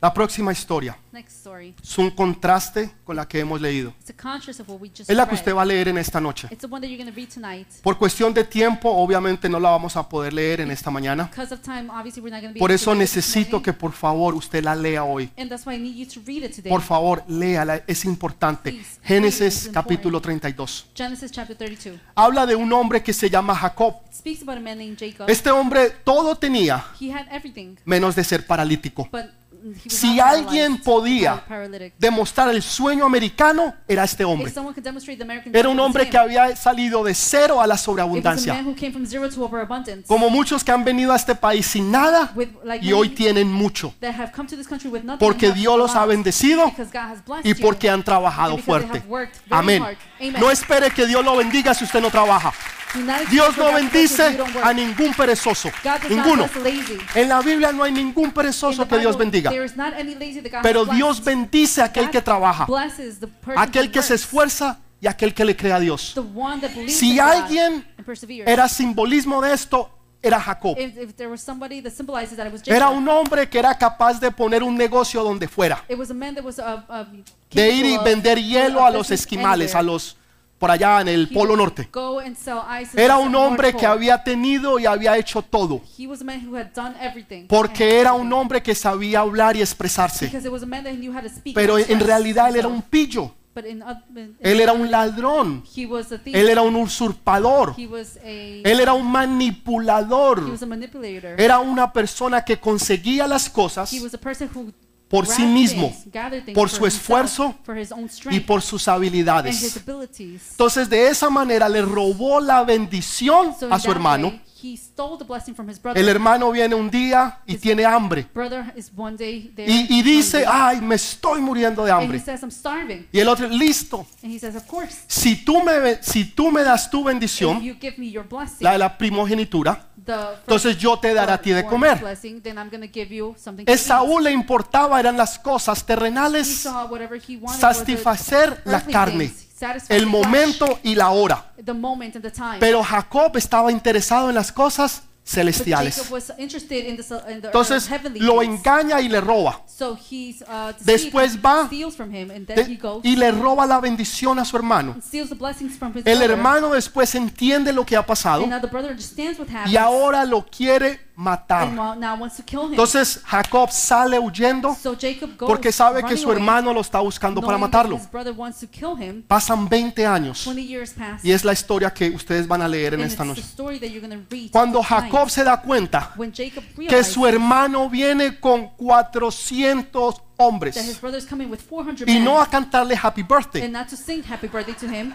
La próxima historia
Next story.
es un contraste con la que hemos leído.
It's a contrast of what we just
Es la que
read.
usted va a leer en esta noche.
It's the one that you're going to read tonight.
Por cuestión de tiempo, obviamente no la vamos a poder leer en esta mañana.
Because of time, obviously we're not going to be
Por
able
eso
to read it this
necesito
morning.
que por favor usted la lea hoy.
And that's why I need you to read it today.
Por favor, léala, es importante. Génesis capítulo 32.
Genesis chapter 32.
Habla de un hombre que se llama Jacob.
It speaks about a man named Jacob.
Este hombre todo tenía
he had everything,
menos de ser paralítico.
but he was
Si
not
alguien
paralyzed,
podía
par- paralytic.
Demostrar el sueño americano era este
If
hombre.
someone could demonstrate the American
Era un
dream, it was
hombre
him.
que había salido de cero a la
It was a
sobreabundancia.
man who came from zero to overabundance.
Como muchos que han venido a este país sin nada
with, like,
y hoy
many
tienen mucho.
that have come to this country with nothing
Porque
and have
Dios los ha
lots.
bendecido
Because God has blessed
y
you.
porque han trabajado
And because they
fuerte.
have worked very
Amén.
hard. Amen.
No espere que Dios lo bendiga si usted no trabaja.
Do not expect
Dios
for
no
that because
bendice
you don't work.
a ningún perezoso.
God does not
Ninguno.
bless the lazy.
En la Biblia no hay ningún
In the
perezoso que Dios
Bible,
bendiga.
there is not any lazy that God
Pero
has
Dios
blessed.
bendice a aquel
God
que trabaja,
blesses the person
aquel
who
que se
works,
esfuerza y aquel que le crea a Dios.
the one that believes
Si
in God
alguien
and perseveres.
Era simbolismo de esto, era Jacob.
if, if there was somebody that symbolizes that it was Jacob,
Era un hombre que era capaz de poner un negocio donde fuera,
it was a man that was uh, uh,
de ir y
capable of-
vender hielo a
of
los
business
esquimales, a
anywhere.
los por allá en el
He
Polo
would
Norte.
go and sell ice in
Era
the
un
North
hombre que
Pole.
había tenido y había hecho todo,
He was a man who had done everything. And-
porque era un hombre que sabía hablar y expresarse,
Because it was a man that knew how to speak.
pero
and
en
express
realidad él era un
himself.
pillo,
But in oth- in-
él era un ladrón,
he was a thief.
él era un usurpador,
he was a
él era un
he
manipulador,
was a manipulator.
era una persona que conseguía las cosas
he was a person who
por sí
grabbed
mismo,
things, gathered things
por
for
su esfuerzo
himself, for his own
y
strength
por sus
and his
habilidades.
abilities.
Entonces de esa manera le robó la bendición
So in
a su
that
hermano.
way, he stole the blessing from his brother.
El hermano viene un día y tiene hambre.
brother is one day there.
y, y dice, "Ah,
hungry,
ay, me estoy muriendo de
and he
hambre.
says, I'm starving.
Y el otro, listo,
And he says, of course,
si tú me, be- si tú me das tu
if
bendición,
you give me your blessing,
la de la primogenitura,
the first
entonces yo te daré a ti de
born
comer.
blessing, then I'm gonna give you something to
Esaú
eat.
le importaba, eran las cosas
He
terrenales,
saw whatever he wanted was the
satisfacer la
earthly
carne,
things, satisfy
el
the flesh,
momento y la hora.
the moment and the time.
Pero Jacob estaba interesado en las cosas
But
celestiales.
Jacob was interested in the, so- in the
Entonces
heavenly
lo
things.
engaña y le roba.
So he's, uh, deceived,
Después va
steals from him, and then he
de-
goes
y le roba la bendición a su hermano.
and steals the blessings from his
El
brother.
hermano después entiende lo que ha pasado
and now the brother understands what happened.
y ahora lo quiere
and
matar.
wa- now wants to kill him.
Entonces Jacob sale huyendo
so Jacob goes
porque sabe que
running
su
away,
hermano lo está buscando para
knowing that
matarlo.
His brother wants to kill him.
Pasan 20 años
20 years pass.
y es la historia que ustedes van a leer en
and
esta
it's
noche.
the story that you're going to read.
Cuando
tonight.
Jacob se da cuenta
when Jacob
que
realized
su hermano viene con 400
that his
hombres
brother's coming with 400
y
men
no a cantarle happy birthday,
and not to sing happy birthday to him,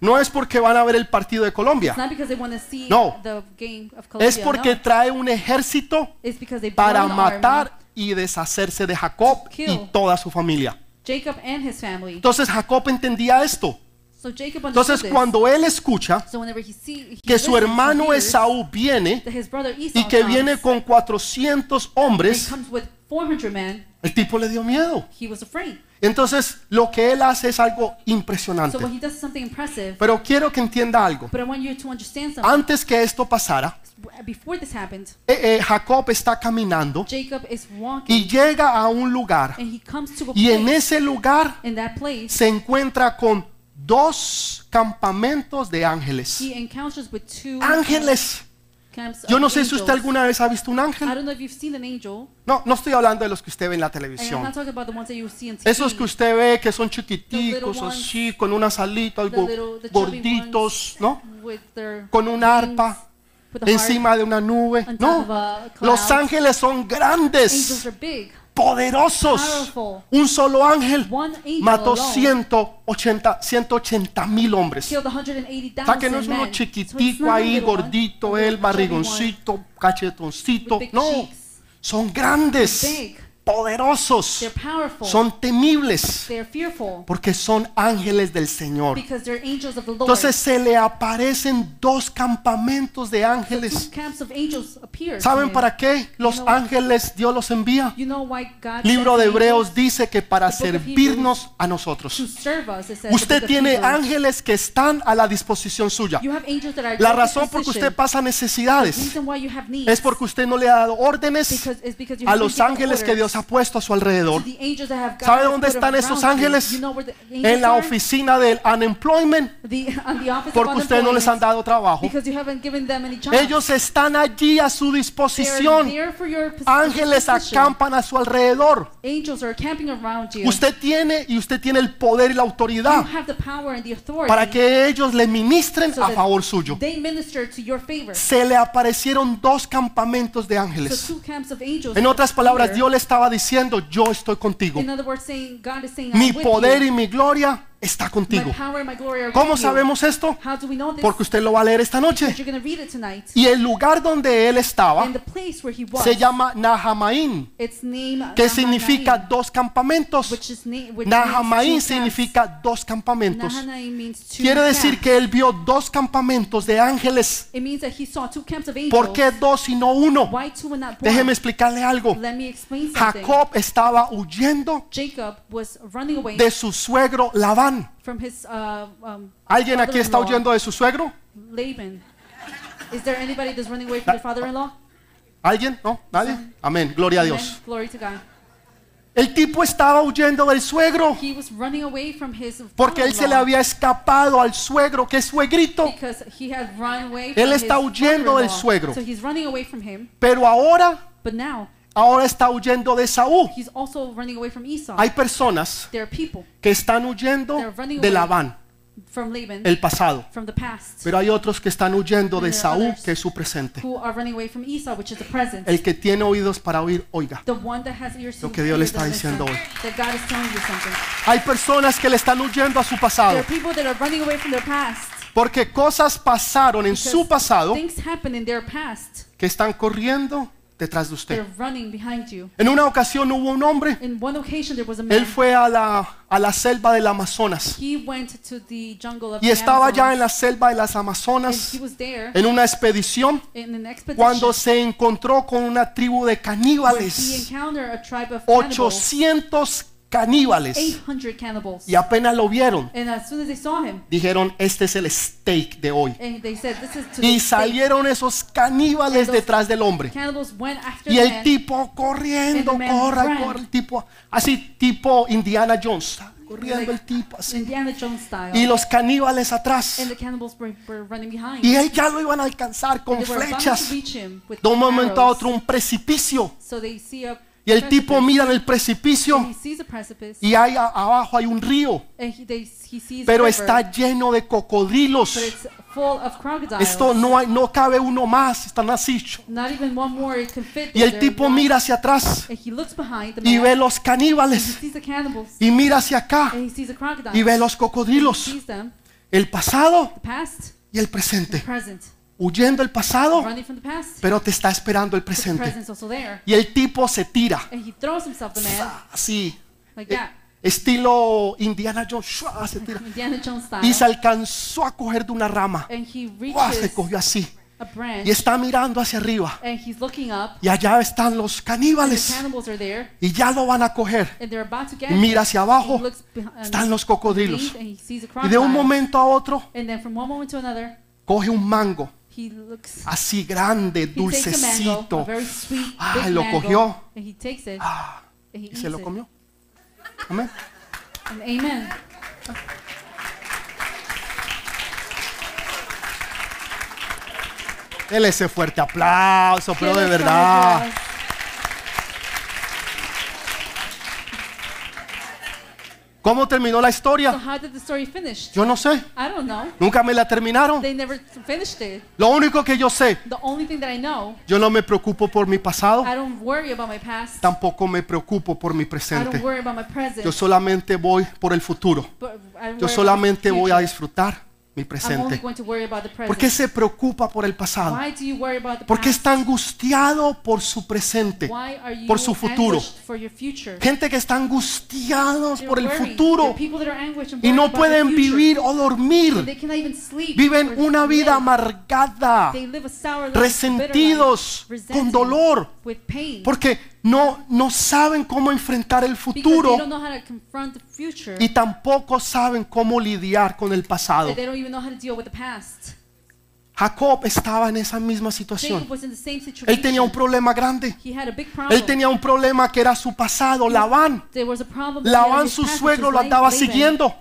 no es porque van a ver el partido de Colombia,
it's not because they want to see
No.
the game of Colombia.
es porque
no.
trae un ejército
It's because they
para
brought an army
matar y deshacerse de Jacob y
Kill.
toda su familia.
Jacob and his family.
Entonces Jacob entendía esto.
So Jacob understood
Entonces
this.
cuando él escucha
so whenever he see he
que su
listens, he
hermano
hears
Esaú viene
that his brother Esau
y que
comes,
viene con 400
and
hombres,
comes with 400 men,
el tipo le dio miedo.
he was afraid.
Entonces lo que él hace es algo
So
impresionante.
when he does something impressive,
Pero quiero que entienda algo.
but I want you to understand something.
Antes que esto pasara,
Before this happened,
eh, eh, Jacob está caminando
Jacob is walking
y llega a un lugar
and he comes to a
y en
place.
ese lugar
in that place,
se encuentra con dos campamentos de ángeles.
he encounters with two
Ángeles.
camps of
Yo no sé si
angels.
usted alguna vez ha visto un
I
ángel.
don't know if you've seen an angel.
No, no estoy hablando de los que usted ve en la
And I'm
televisión.
not talking about the ones that you see in TV.
Esos que usted ve que son
The
chiquiticos,
little ones.
así, con unas alitas,
the little, the chubby
gorditos,
ones
¿no?
With their
Con una arpa
wings, with a harp.
encima de una nube.
on top of
No,
a
los
cloud.
ángeles son
Angels
grandes,
are big.
poderosos.
Powerful.
Un solo ángel
One angel
mató
alone
180, 180 mil hombres.
Killed 180,000
O sea que no es
men.
uno
So it's
chiquitico
not a
ahí,
little one, a
gordito,
little
el
chubby
barrigoncito, cachetoncito.
With big
No,
cheeks.
son grandes,
They're big. one.
poderosos,
They're powerful.
son temibles,
They're fearful.
porque son ángeles del Señor.
Because they're angels of the Lord.
Entonces se le aparecen dos campamentos de
So two
ángeles.
camps of angels appear.
¿Saben para qué? Los
No.
ángeles Dios los envía.
You know why God
Libro
sent
de
angels
Hebreos dice que para
The book of
servirnos a
to
nosotros.
serve us, it says in the book
Usted
of
tiene
Hebrews.
ángeles que están a la disposición suya.
You have angels that are at
La
your
razón por que
disposition.
usted pasa necesidades
Reason why you have needs
es porque usted no le ha dado órdenes
because- is because you
a
haven't
los
given
ángeles que
orders
Dios ha puesto a su alrededor.
to the angels that have
¿Sabe
God
dónde
put
están esos
around you.
ángeles?
You know where the angels
En la
are?
oficina del unemployment,
The- on the office of
porque usted no les han
unemployment,
dado trabajo.
because you haven't given them any jobs.
Ellos están allí a su
They are
disposición.
there for your pos-
Ángeles
position.
acampan a su alrededor.
Angels are camping around you.
Usted tiene y usted tiene el poder y la
you
autoridad
have the power and the authority
para que ellos le ministren
so
a
that
favor suyo.
They minister to your favor.
Se le aparecieron dos campamentos de ángeles.
So two camps of angels
En otras palabras,
appear.
Dios le estaba diciendo, yo estoy contigo.
In other words, saying, God is saying, I'm
Mi
with
poder
you.
y mi gloria está
My
contigo.
power and my glory are
¿Cómo
with you.
sabemos esto?
How do we know this?
Porque usted lo va a leer esta
Because
noche.
you're going to read it tonight.
Y el lugar donde él estaba
And the place where he was,
se llama Nahamaín,
its name,
que
Nahamaim,
significa dos campamentos.
which is na- which
Nahamaín
means two camps.
significa dos campamentos.
Nahanaim means two
Quiere decir
camps.
que él vio dos campamentos de ángeles.
It means that he saw two camps of angels.
¿Por qué dos y no uno?
Why two and not one?
Déjeme explicarle algo.
Let me explain something.
Jacob estaba huyendo
Jacob was running away
de su suegro Labán.
from his uh, um,
¿Alguien aquí está
father-in-law,
huyendo de su suegro?
Laban. Is there anybody that's running away from their father-in-law?
¿Alguien? ¿No? ¿Nadie? Amén. Gloria a Dios.
Amen. Glory to God.
El tipo estaba huyendo del suegro
He was running away from his
porque él se le
father-in-law.
había escapado al suegro, que es suegrito.
Because he had run away
Él
from his
está huyendo del
father-in-law.
suegro.
So he's running away from him,
Pero ahora,
but now
ahora está huyendo de Saúl.
he's also running away from Esau.
Hay personas
there are people
que están huyendo de Labán,
from Laban,
el pasado.
from the past,
Pero hay otros que están huyendo de Saúl, que es su presente.
who are running away from Esau, which is the present.
El que tiene oídos para oír, oiga.
the one that has ears to
Lo que Dios le
hear
está
the listen,
diciendo hoy.
That God is telling you something.
Hay personas que le están huyendo a su
There are
pasado.
people that are running away from their past.
Porque cosas pasaron en
because
su pasado
Things happen in their past.
que están corriendo detrás de usted.
They're running behind you.
En una ocasión hubo un hombre.
In one occasion, there was a man.
Él fue a la, a la selva del Amazonas.
he went to the jungle of
Y
the
estaba
Amazon,
ya en la selva de las
and
Amazonas
he was there
en una expedición
in an expedition.
cuando se encontró con una tribu de
where he
caníbales.
encountered a tribe of cannibals,
800 caníbales.
800 cannibals.
Y apenas lo vieron,
And as soon as they saw him,
dijeron, este es el steak de hoy.
and they said, "This is to
Y
the state."
salieron esos caníbales detrás del hombre.
Cannibals went after
Y
the
el
man.
tipo corriendo,
And the man
corra,
ran.
corre, el tipo, así tipo Indiana Jones, corriendo el tipo así.
Indiana Jones style.
Y los caníbales atrás.
and the cannibals were, were running behind.
Y él ya lo iban a alcanzar con
they were about to
flechas.
reach him with
De un momento a
arrows.
otro un precipicio.
So they see a
Y el tipo
precipice,
mira en el
and
precipicio
he sees a precipice.
y ahí a- abajo hay un río,
and he, they, he sees
pero
a river,
está lleno de
but
cocodrilos.
it's full of crocodiles.
Esto no hay, no cabe uno más, están así.
Not even one more can fit
Y
there.
el
They're
tipo
one-
mira hacia atrás
And he looks behind the
y
man.
ve los
he
caníbales
sees the cannibals.
y mira hacia acá
and he sees a crocodile.
y ve los cocodrilos,
sees them.
el pasado
The past,
y el presente.
present.
huyendo el pasado,
running from the past.
pero te está esperando el
but
Oh.
the
presente.
present's also there.
Y el tipo se tira,
And he throws himself, the man,
así,
like
eh,
that.
estilo Indiana Jones, ¡shua! se tira.
Indiana Jones style.
Y se alcanzó a coger de una rama,
and he
¡guau!
reaches
se cogió así.
a branch.
Y está mirando hacia arriba.
and he's looking up.
Y allá están los
And the
caníbales.
cannibals are there.
Y ya lo van a coger.
And they're about to get
Y mira hacia
him.
abajo.
He looks behind,
Están los cocodrilos.
and he sees a
Y de
crocodile.
un momento a otro
and then from one moment to another,
coge un mango.
he looks.
Así grande,
He takes a mango, a
Ah, dulcecito.
very sweet,
Ah,
big
lo
mango,
cogió.
and he takes it,
Ah,
and he
y
eats
se lo
it.
comió. Amén.
And amen.
Dele ese fuerte aplauso, pero
Give
de
us
verdad.
applause.
¿Cómo terminó la
So
historia?
how did the story finish?
Yo no sé.
I don't know.
Nunca me la terminaron.
They never finished it.
Lo único que yo sé,
The only thing that I know,
yo no me preocupo por mi pasado,
I don't worry about my past.
tampoco me preocupo por mi
I don't
presente.
worry about my present.
Yo solamente voy por el futuro.
but I don't
Yo
worry about the
solamente voy a
future.
disfrutar mi
I'm only
presente.
going to worry about the
¿Por
present.
qué se preocupa por el pasado?
Why do you worry about the
¿Por qué
past?
está angustiado por su presente?
Why are you
por su futuro?
anguished For your future?
Gente que está angustiados
They're
por el
worried.
futuro
They're people that are anguished and
y
worried
no
about the
pueden
future.
vivir o
And
dormir.
they cannot even sleep
Viven
or
una vida
live.
amargada
They live a sour life,
resentidos,
bitter life,
con
resenting,
dolor,
with pain,
porque no, no saben cómo enfrentar el
because they don't
futuro
know how to confront the future,
y tampoco saben cómo lidiar con el pasado.
and they don't even know how to deal with the past.
Jacob estaba en esa misma
Jacob
situación.
was in the same
Él
situation.
tenía un problema grande.
He had a big problem.
Él tenía un problema que era su pasado, Labán.
There was a problem that he had
Labán,
with
su
his past,
suegro,
which
lo
was
andaba
Laban.
siguiendo.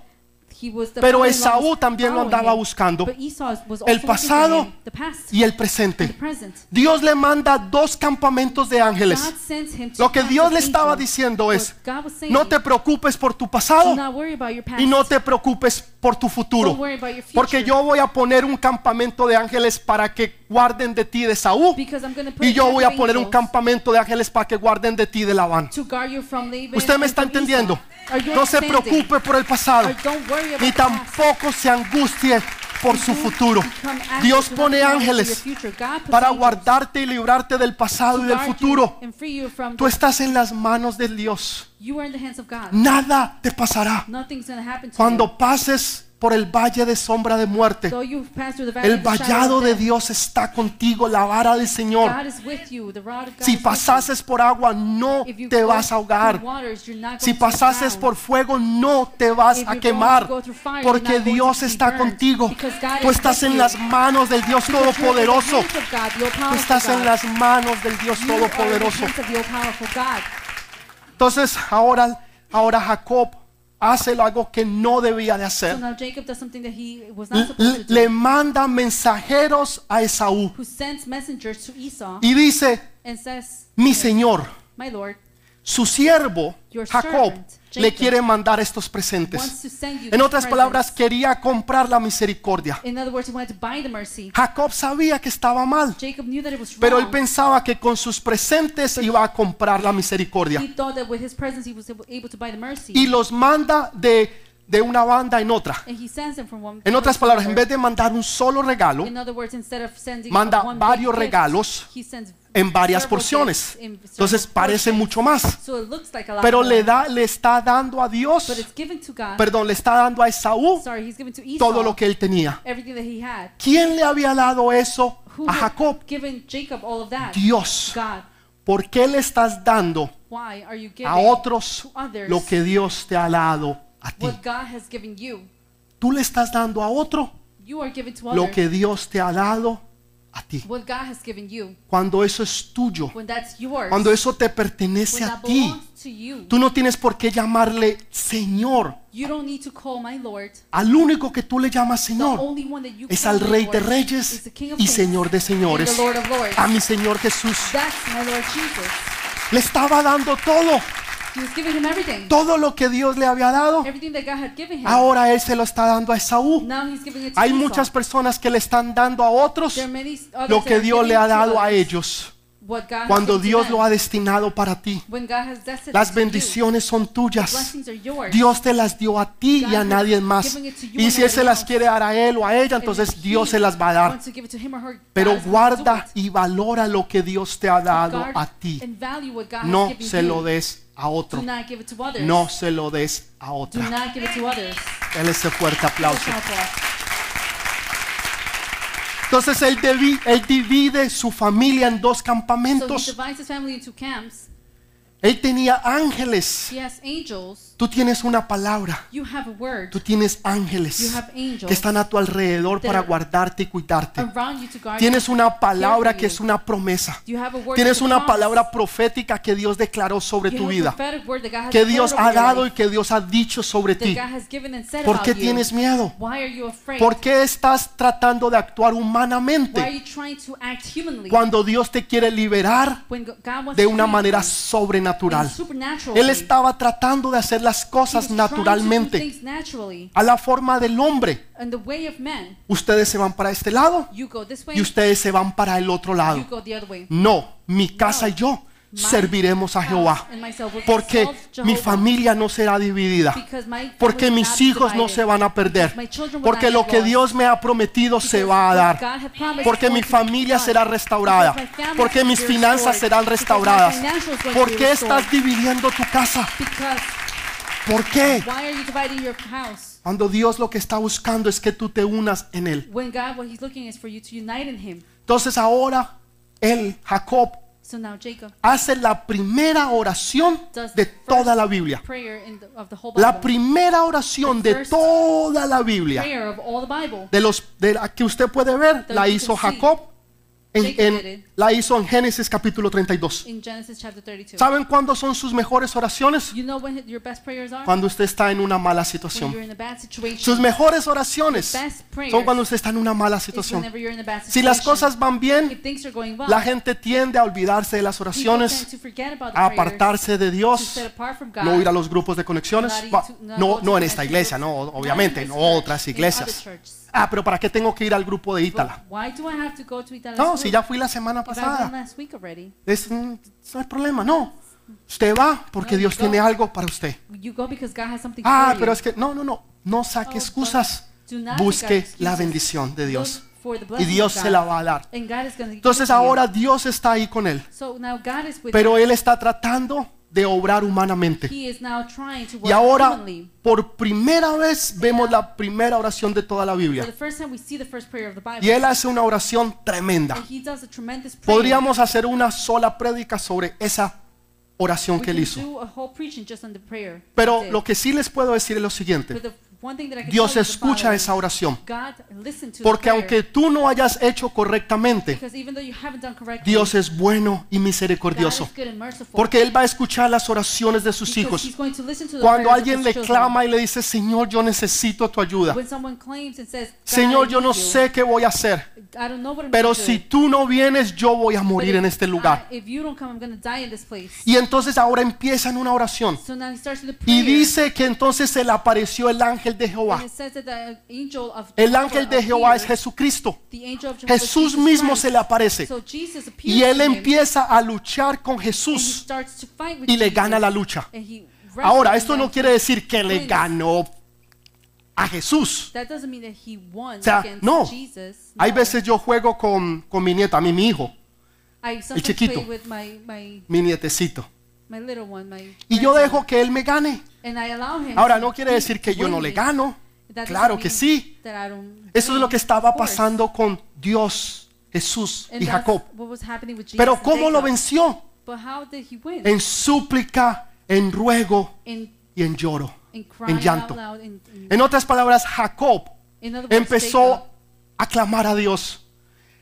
He was the
Pero
father-in-law
Esaú
was
también lo
following
andaba
him.
buscando.
But Esau was also
El
looking for
pasado
him, the past,
y el
and the
presente.
present.
Dios le manda dos campamentos de ángeles.
God sends him two
Lo que
kinds
Dios
of
le estaba
angels.
diciendo
What
es,
God was saying,
No te preocupes por tu
do
pasado
not worry about your past.
y no te preocupes por tu
Don't
futuro.
worry about your future.
Porque yo voy a poner un campamento de ángeles para que guarden de ti de Saúl.
Because I'm gonna put
Y yo voy a
heavenly
poner un
angels
campamento de ángeles para que guarden de ti de Labán.
to guard you from Laban
¿Usted me
and
está
from Esau.
entendiendo?
Are you
No se
understanding?
preocupe por el pasado
Or don't worry about
ni
the past.
tampoco se angustie por su futuro.
Become anxious
Dios
about
pone
your
ángeles
future. God puts
para
angels
guardarte y librarte del
to
pasado y del
guard you
futuro.
and free you from
Tú estás en las manos de Dios.
You are in the hands of God.
Nada te pasará.
Nothing's going to happen to you.
Cuando pases por el valle de sombra de muerte,
Though you pass through the valley
el
of the shadow
vallado
of
de
death,
Dios está contigo, la vara del Señor.
God is with you. The rod of God
Si
is with you.
pasases por agua, no
If you
te
go
vas a ahogar.
through waters, you're not
Si
going to
pasases
drown.
por fuego, no te vas
If
a
you're
quemar,
going to go through fire,
porque
you're not going
Dios
to be
está
burned,
contigo.
because God
Tú
is
estás
with
en
you.
las manos del Dios
Because you're in the
Todopoderoso.
hands of God, the
Tú
all-powerful
estás en
God.
las manos del Dios
You are in the
Todopoderoso.
hands of the all-powerful God.
Entonces ahora, ahora Jacob hace algo que no debía de
So
hacer.
now Jacob does something that he was not supposed
Eh. Le
to do.
le manda mensajeros a Esaú
who sends messengers to Esau
y dice,
and says,
mi señor,
My lord
su siervo
Your
Jacob
servant,
le
Jacob,
quiere mandar estos
wants
presentes.
to send you
En
these
otras palabras,
presents." Eh.
quería comprar la misericordia.
in other words, he wanted to buy the mercy.
Jacob sabía que estaba mal,
Jacob knew that it was
pero él
wrong.
pensaba que con sus presentes iba a comprar la
he
misericordia.
thought that with his presence he was able, able to buy the mercy.
Y los manda de, de una banda en otra.
and he sends them from one
En otras
place to
palabras, en
another.
vez de mandar un solo regalo,
In other words, instead of sending
manda
one big
varios
gift,
regalos
he sends
en varias
several
porciones.
gifts in several
Entonces parece
portions.
mucho más.
So it looks like a lot
Pero
more,
le, da, le está dando a
but
Dios,
it's given to God.
perdón, le está dando a Esaú
Sorry, he's given to Esau
todo lo que él tenía.
everything that he had.
¿Quién le había dado eso
Who
a
had
Jacob?
given Jacob all of that?
Dios.
God.
¿Por qué le estás dando
Why are you giving
a otros
others
lo que Dios te ha dado a ti?
what God has given you?
Tú le estás dando a otro
You are given to
lo
others
que Dios te ha dado a ti.
what God has given you.
Cuando eso es tuyo,
When that's yours,
cuando eso te
when
pertenece a
that
ti,
belongs to you,
tú no tienes por qué llamarle Señor.
you don't need to call my Lord.
Al único que tú le llamas
The
Señor
only one that you
es
call
al
my
Rey de
Lord is
Reyes
the King of
y
Kings
Señor de
and
Señores,
the Lord of Lords.
a mi Señor Jesús.
That's my Lord Jesus.
Le estaba dando todo,
He was giving him everything.
todo lo que Dios le había dado.
Everything that God had given him.
Ahora Él se lo está dando a Esaú.
Now he's giving it to
Hay
Esau.
muchas personas que le están dando a otros
There are many others
lo
that
que
are
Dios
giving
le ha
to
dado a
others
ellos.
what God
cuando
has given
Dios
to
lo
them.
ha destinado para ti.
When God has destined
Las
it to you.
bendiciones son tuyas.
Blessings are yours.
Dios te las dio a ti y a nadie más. Y si Él se las quiere dar a Él o a ella,
And
entonces
if
Dios
he
se las va a dar.
wants to give it to him or her, God
Pero
is going to do
guarda
it.
y valora lo que Dios te ha dado
Guard
a ti.
and value what God has
No
given
se
you.
lo des a
Do
otro.
not give it to others.
No se lo des a
Do
otra.
not give it to others.
Él ese fuerte aplauso.
Help us.
Entonces él, devi- él divide su familia en dos
So he
campamentos.
divides his family into camps.
Él tenía ángeles.
He has angels.
Tú tienes una palabra.
You have a word
Tú tienes
You
ángeles
have angels
que están a tu alrededor para guardarte y cuidarte.
around you to guard you.
Tienes una palabra que es una promesa.
You have a word
Tienes
to
una
promise.
palabra profética que Dios declaró sobre
You
tu
have a
vida,
prophetic word that God has
que
declared
Dios
over
ha
your
dado y
life,
que Dios ha dicho sobre
that
ti.
God has given and said
¿Por
about
qué
you.
tienes miedo?
Why are you afraid?
¿Por qué estás tratando de actuar
Why are
humanamente
you trying to act humanly?
cuando Dios te quiere liberar
When God wants
de
to
una
heal
manera
you in a
sobrenatural?
supernatural
Él
way.
estaba tratando de hacer las
He was
cosas
trying to do
naturalmente,
things naturally.
a la forma del hombre.
And the way of men,
Ustedes se van para este lado
you go this way,
y ustedes se van para el otro
you
lado.
go the other way.
No, mi casa y yo
My
serviremos a Jehová.
house and myself will
Porque
serve
mi
Jehovah.
familia no será dividida.
Because my
Porque
family
mis
is
hijos no
divided.
se van a perder.
My children will
Porque
not
lo
be
que
lost.
Dios me ha prometido se
Because
va a
what
dar.
God had promised
Porque mi
is going to be
familia
done.
será restaurada.
Because my family
Porque
will be
mis
restored.
finanzas serán
Because my
restauradas.
financials will be
¿Por qué
restored.
estás dividiendo tu casa?
Because
¿Por qué?
why are you dividing your house
Cuando Dios lo que está buscando es que tú te unas en Él.
when God, what He's looking is for you to unite in Him?
Entonces ahora Él, Jacob,
So now Jacob,
hace la primera oración
does
de
the first
toda la Biblia.
Prayer in the, of the whole Bible.
La primera oración de toda la Biblia.
prayer of all the Bible.
de los de la que usted puede ver
That
la
you
hizo
can see.
Jacob en,
Jacob
en-
did it.
la hizo en Génesis capítulo 32
in Genesis chapter 32.
¿saben cuándo son sus mejores oraciones?
You know when your best prayers are?
cuando usted está en una mala
When you're
situación
in a bad situation.
sus mejores oraciones
Best prayers
son cuando usted está en una mala
is
situación
whenever you're in a bad
si
situation.
las cosas van bien
If things are going well,
la gente tiende a olvidarse de las
people tend
oraciones
to forget about the
a
prayers,
apartarse de
to
Dios
set apart from God.
no ir a los grupos de conexiones Bah, no, no en esta iglesia no obviamente no otras iglesias ah pero ¿para qué tengo que ir al grupo de Ítala? no si ya fui la semana pasada Es, un- no hay problema, no. Usted va porque Dios tiene algo para usted. Ah, pero es que, no, no, no. No saque excusas. Busque la bendición de Dios. Y Dios se la va a dar. Entonces ahora Dios está ahí con él.
Pues
Pero él está tratando de obrar humanamente. Y ahora, por primera vez, vemos la primera oración de toda la Biblia. Y él hace una oración tremenda. Podríamos hacer una sola prédica sobre esa oración que él hizo. Pero lo que sí les puedo decir es lo siguiente. Dios escucha esa oración. Porque aunque tú no hayas hecho correctamente, Dios es bueno y misericordioso. Porque Él va a escuchar las oraciones de sus hijos. Cuando alguien le clama y le dice, Señor, yo necesito tu ayuda. Señor, yo no sé qué voy a hacer. Pero si tú no vienes, yo voy a morir en este lugar. Y entonces ahora empiezan una oración. Y dice que entonces se le apareció el ángel de Jehová. El ángel de Jehová este es Jesucristo. Jesús mismo se le aparece. Y él empieza a luchar con Jesús y le gana la lucha. Ahora, esto no quiere decir que le ganó a Jesús.
O
sea, no. Hay veces yo juego con, con mi nieta, a mí, mi hijo,
el
chiquito.
chiquito.
mi nietecito. Y yo dejo que él me gane. Ahora, no quiere decir que yo no le gano. Claro que sí. Eso es lo que estaba pasando con Dios, Jesús y Jacob. Pero ¿cómo lo
venció?
venció? En súplica, en ruego
En,
y en lloro, en
llanto.
llanto. En otras palabras, Jacob empezó
empezó
a clamar a Dios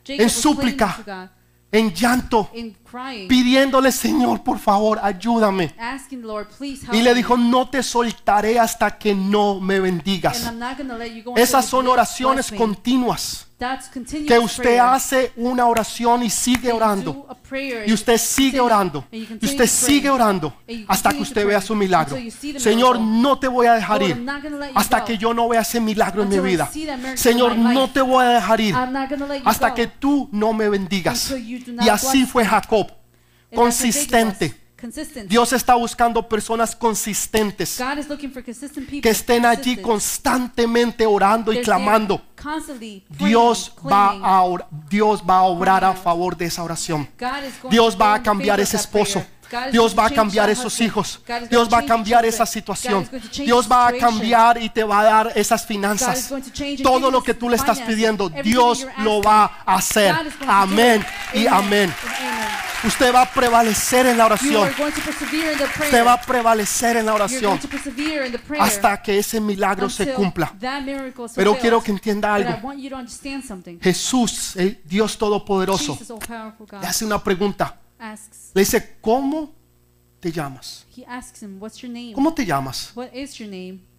en
súplica.
súplica.
en llanto, pidiéndole, Señor, por favor, ayúdame. Y le dijo, no te soltaré hasta que no me bendigas. Esas son oraciones
con
continuas.
That's continuous
que usted
pues, prayer.
hace una oración y sigue
You
orando.
do a prayer
Y usted
and
sigue
continue-
orando.
and you
Y
continue
usted
to
sigue
pray.
orando
And you
hasta que
continue to
usted
pray
vea su milagro.
until you see the
Señor,
miracle.
no te voy a dejar
Lord,
ir
I'm not gonna let you
hasta
go.
que yo no vea ese milagro en mi
Until I
vida.
see that miracle in
Señor,
my life.
no te voy a dejar ir
I'm not gonna let you
hasta
go.
que tú no me bendigas.
Until you do not
Y así
bless
fue Jacob,
And that's ridiculous.
consistente.
Consistent.
Dios está buscando personas consistentes
God is looking for consistent people.
que estén allí
Consistent.
constantemente orando y
They're
clamando.
there constantly praying,
Dios va
claiming.
a or- Dios va a obrar a favor de esa oración.
God is going
Dios
to
va
go
a
in
cambiar
favor
ese
of that prayer.
esposo.
God is
Dios
going
va a
to
cambiar
change that
esos
husband.
hijos.
God is
Dios va
going to
a
change
cambiar
children.
esa
God
situación.
is going to change
Dios va a
situation.
cambiar y te va a dar esas
God
finanzas.
is going to change and
Todo
give
lo
us
que tú le estás
finances.
pidiendo,
Everything
Dios
that you're
lo
asking,
va a hacer.
God is going to do
Amén
it.
y amén.
Amen.
Usted va a prevalecer en la
You
oración.
are going to persevere in the prayer.
Usted va a prevalecer en la
You're
oración
going to persevere in the prayer
hasta que ese milagro se
until
cumpla.
that miracle is
Pero quiero
fulfilled.
que entienda
But I
algo.
want you to understand something.
Jesús, el Dios Todopoderoso,
Jesus, all-powerful God,
le hace una pregunta.
asks,
Le dice, ¿cómo te llamas?
he asks him, what's your name?
¿Cómo te llamas?
What is your name?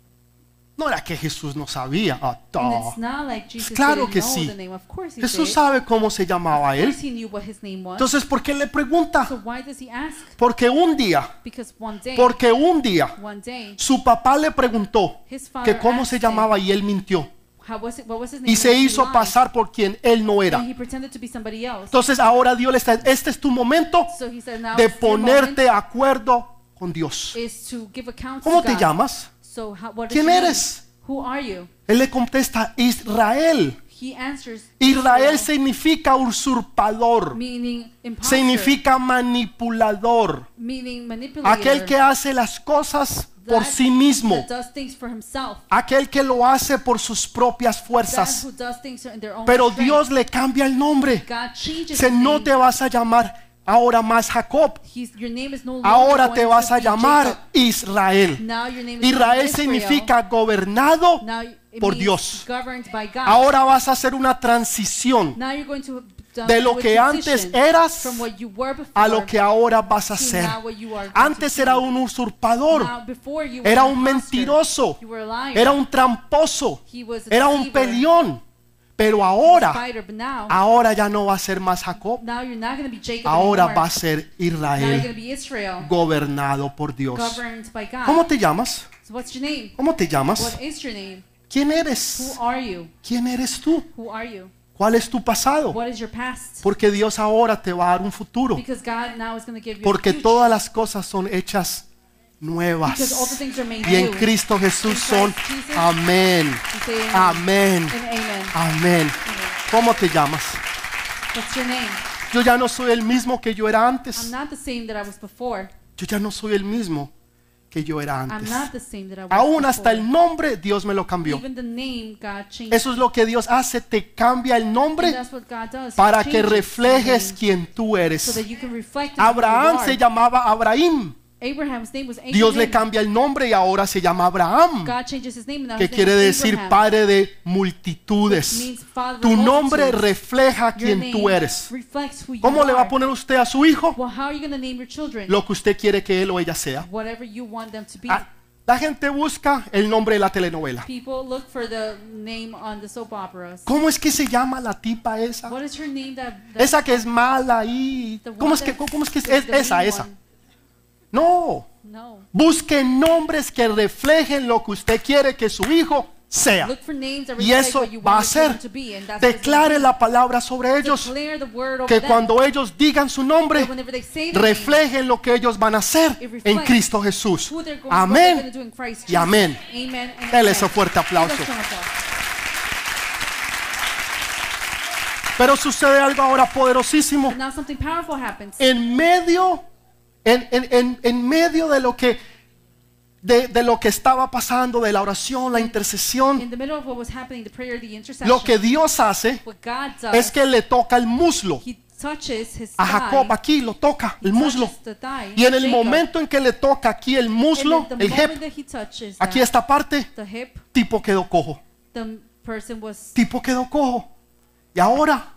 No era que Jesús no sabía. Ah,
And
ta.
it's not like Jesus
Claro
didn't
que
know
sí.
the name. Of course he
Jesús
did.
sabe cómo se llamaba
Of course
él.
he knew what his name was.
Entonces, ¿por qué le pregunta?
so why does he ask?
Porque un día,
Because one day,
porque un día,
one day,
su papá le preguntó
his father
que cómo se
asked
llamaba y él mintió.
him, how was it, what was his name?
Y se
and he
hizo
lied.
pasar por quien él no
And
era.
he pretended to be somebody else.
Entonces, ahora Dios le está, este es tu momento
so he said, now
de
it's your moment
ponerte de acuerdo con Dios.
is to give account
¿Cómo
to
te
God.
llamas?
So how, what is
¿Quién
your name?
eres?
Who are you?
Él le contesta, Israel.
He answers,
Israel significa usurpador,
meaning imposter,
significa manipulador,
meaning manipulator,
aquel que hace las cosas por
that-
sí mismo,
that does things for himself,
aquel que lo hace por sus propias
that
fuerzas.
who does things in their own
Pero
strength.
Dios le cambia el nombre.
God changes
Dice,
his
no
name.
te vas a llamar ahora más Jacob,
He's- your name is no longer
ahora
going
te
to
vas a
be Jacob.
llamar Israel.
Now your name is
Israel
Israel.
significa gobernado
Now it
por
means
Dios.
governed by God.
Ahora vas a hacer una transición
Now you're going to do
de lo
a
que antes
transition
eras
from what you were
a lo
before
que ahora vas a
to
hacer.
now what you are going
Antes
to
era
do.
un usurpador,
Now before you were
era
an
un
imposter.
mentiroso,
You were a liar.
era un tramposo,
He was a
era un Ah.
deceiver.
peleón. Pero
a
ahora,
fighter, but now,
ahora ya no va a ser más Jacob,
now you're not going to be Jacob
ahora
anymore.
va a ser
now you're
Israel,
going to be Israel,
gobernado por Dios.
governed by God.
Pues, ¿Cómo te llamas?
so what's your name?
¿Cómo te llamas?
What is your name?
¿Quién
Who
eres?
are you?
¿Quién eres tú?
Who are you?
¿Cuál es tu pasado?
What is your past?
Porque Dios ahora te va a dar un futuro,
Because God now is going to give you a
porque
future.
todas las cosas son hechas
Because all the
nuevas.
things are made
y en
new.
Cristo Jesús son
In Christ Jesus.
amén,
You say amen.
amén,
And amen.
amén. ¿Cómo te llamas?
What's your name?
Yo ya no soy el mismo que yo era
I'm
antes.
not the same that I was before.
Yo ya no soy el mismo que yo era
I'm
antes.
not the same that I was
Aún
before.
hasta el nombre Dios me lo cambió.
Even the name God changed.
Eso es lo que Dios hace, te cambia el
And
nombre
that's what God does. He
para que
changes the
reflejes
name
quien tú
so
eres.
that you can reflect on who you
Abraham
are.
se llamaba Abraham.
Abraham's name was Abraham.
Dios le cambia el nombre y ahora se llama Abraham,
God changes his name and now
que
his name
quiere
is
decir
Abraham,
padre de
which
multitudes.
means father of
Tu nombre
multitudes.
refleja
Pues, Your
quien
name
tú eres.
reflects who you
¿Cómo le va
are.
a poner usted a su hijo
Well, how are you going to name your children?
lo que usted quiere que él o ella sea?
Whatever you want them to be.
Ah, La gente busca el nombre de la telenovela.
People look for the name on the soap operas.
¿Cómo es que se llama la tipa esa?
What is her name that, that
Esa que es mala y...
the one
¿Cómo es
that-
que, cómo es, que es,
the-
es-
the
esa,
mean
esa?
one?
No.
No.
Busque nombres que reflejen lo que usted quiere que su hijo sea.
Look for names that
Y
reflect
eso
what you
va a
want your children
ser.
to be, and that's what it's gonna
Declare la palabra sobre
be.
ellos.
Declare the word over
Que
them,
cuando ellos digan su nombre,
that whenever they say the name,
reflejen lo que ellos van a hacer
It reflects
en Cristo Jesús.
who they're going- what they're gonna
Amén.
do in Christ
Y amén.
Jesus. Amen and
Dele ese
amen.
fuerte aplauso.
Give us some applause.
Pero sucede algo ahora poderosísimo.
And now something powerful happens.
En medio, en, en- en- en medio de lo que de, de lo que estaba pasando, de la oración, la intercesión,
In the middle of what was happening, the prayer, the intercession,
lo que Dios hace
what God does,
es que le toca el muslo.
He touches his
A Jacob
thigh,
aquí lo toca,
he
el muslo.
touches the thigh
Y en
of
el
Jacob.
momento en que le toca aquí el
And
muslo,
at the
el
moment
hip,
that he touches
aquí
that,
esta parte,
the hip,
tipo quedó cojo.
the person was
Tipo quedó cojo. Y ahora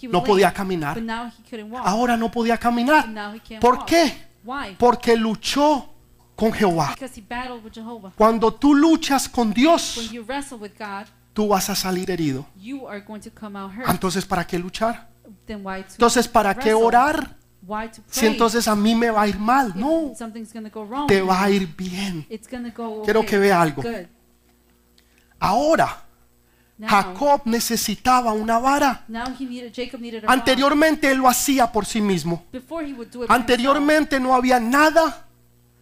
he was
no
lame,
podía caminar.
but now he couldn't walk.
Ahora no podía
And
caminar.
now he can't
¿Por
walk.
qué?
Why?
Porque luchó con Jehová.
Because he battled with Jehovah.
Cuando tú luchas con
When
Dios,
you wrestle with God,
tú vas a salir herido.
you are going to come out hurt.
Entonces, ¿para qué luchar?
Then why to
Entonces, ¿para qué
wrestle?
orar?
Why to pray?
Si entonces a mí me va a ir mal.
If
No,
something's gonna go wrong,
te va a ir bien.
it's gonna go
Quiero
okay.
que vea algo.
Good.
Ahora,
Now,
Jacob necesitaba una vara.
now he needed, Jacob needed a rod.
Anteriormente él lo hacía por sí mismo.
Before he would do it by himself.
Anteriormente no había nada,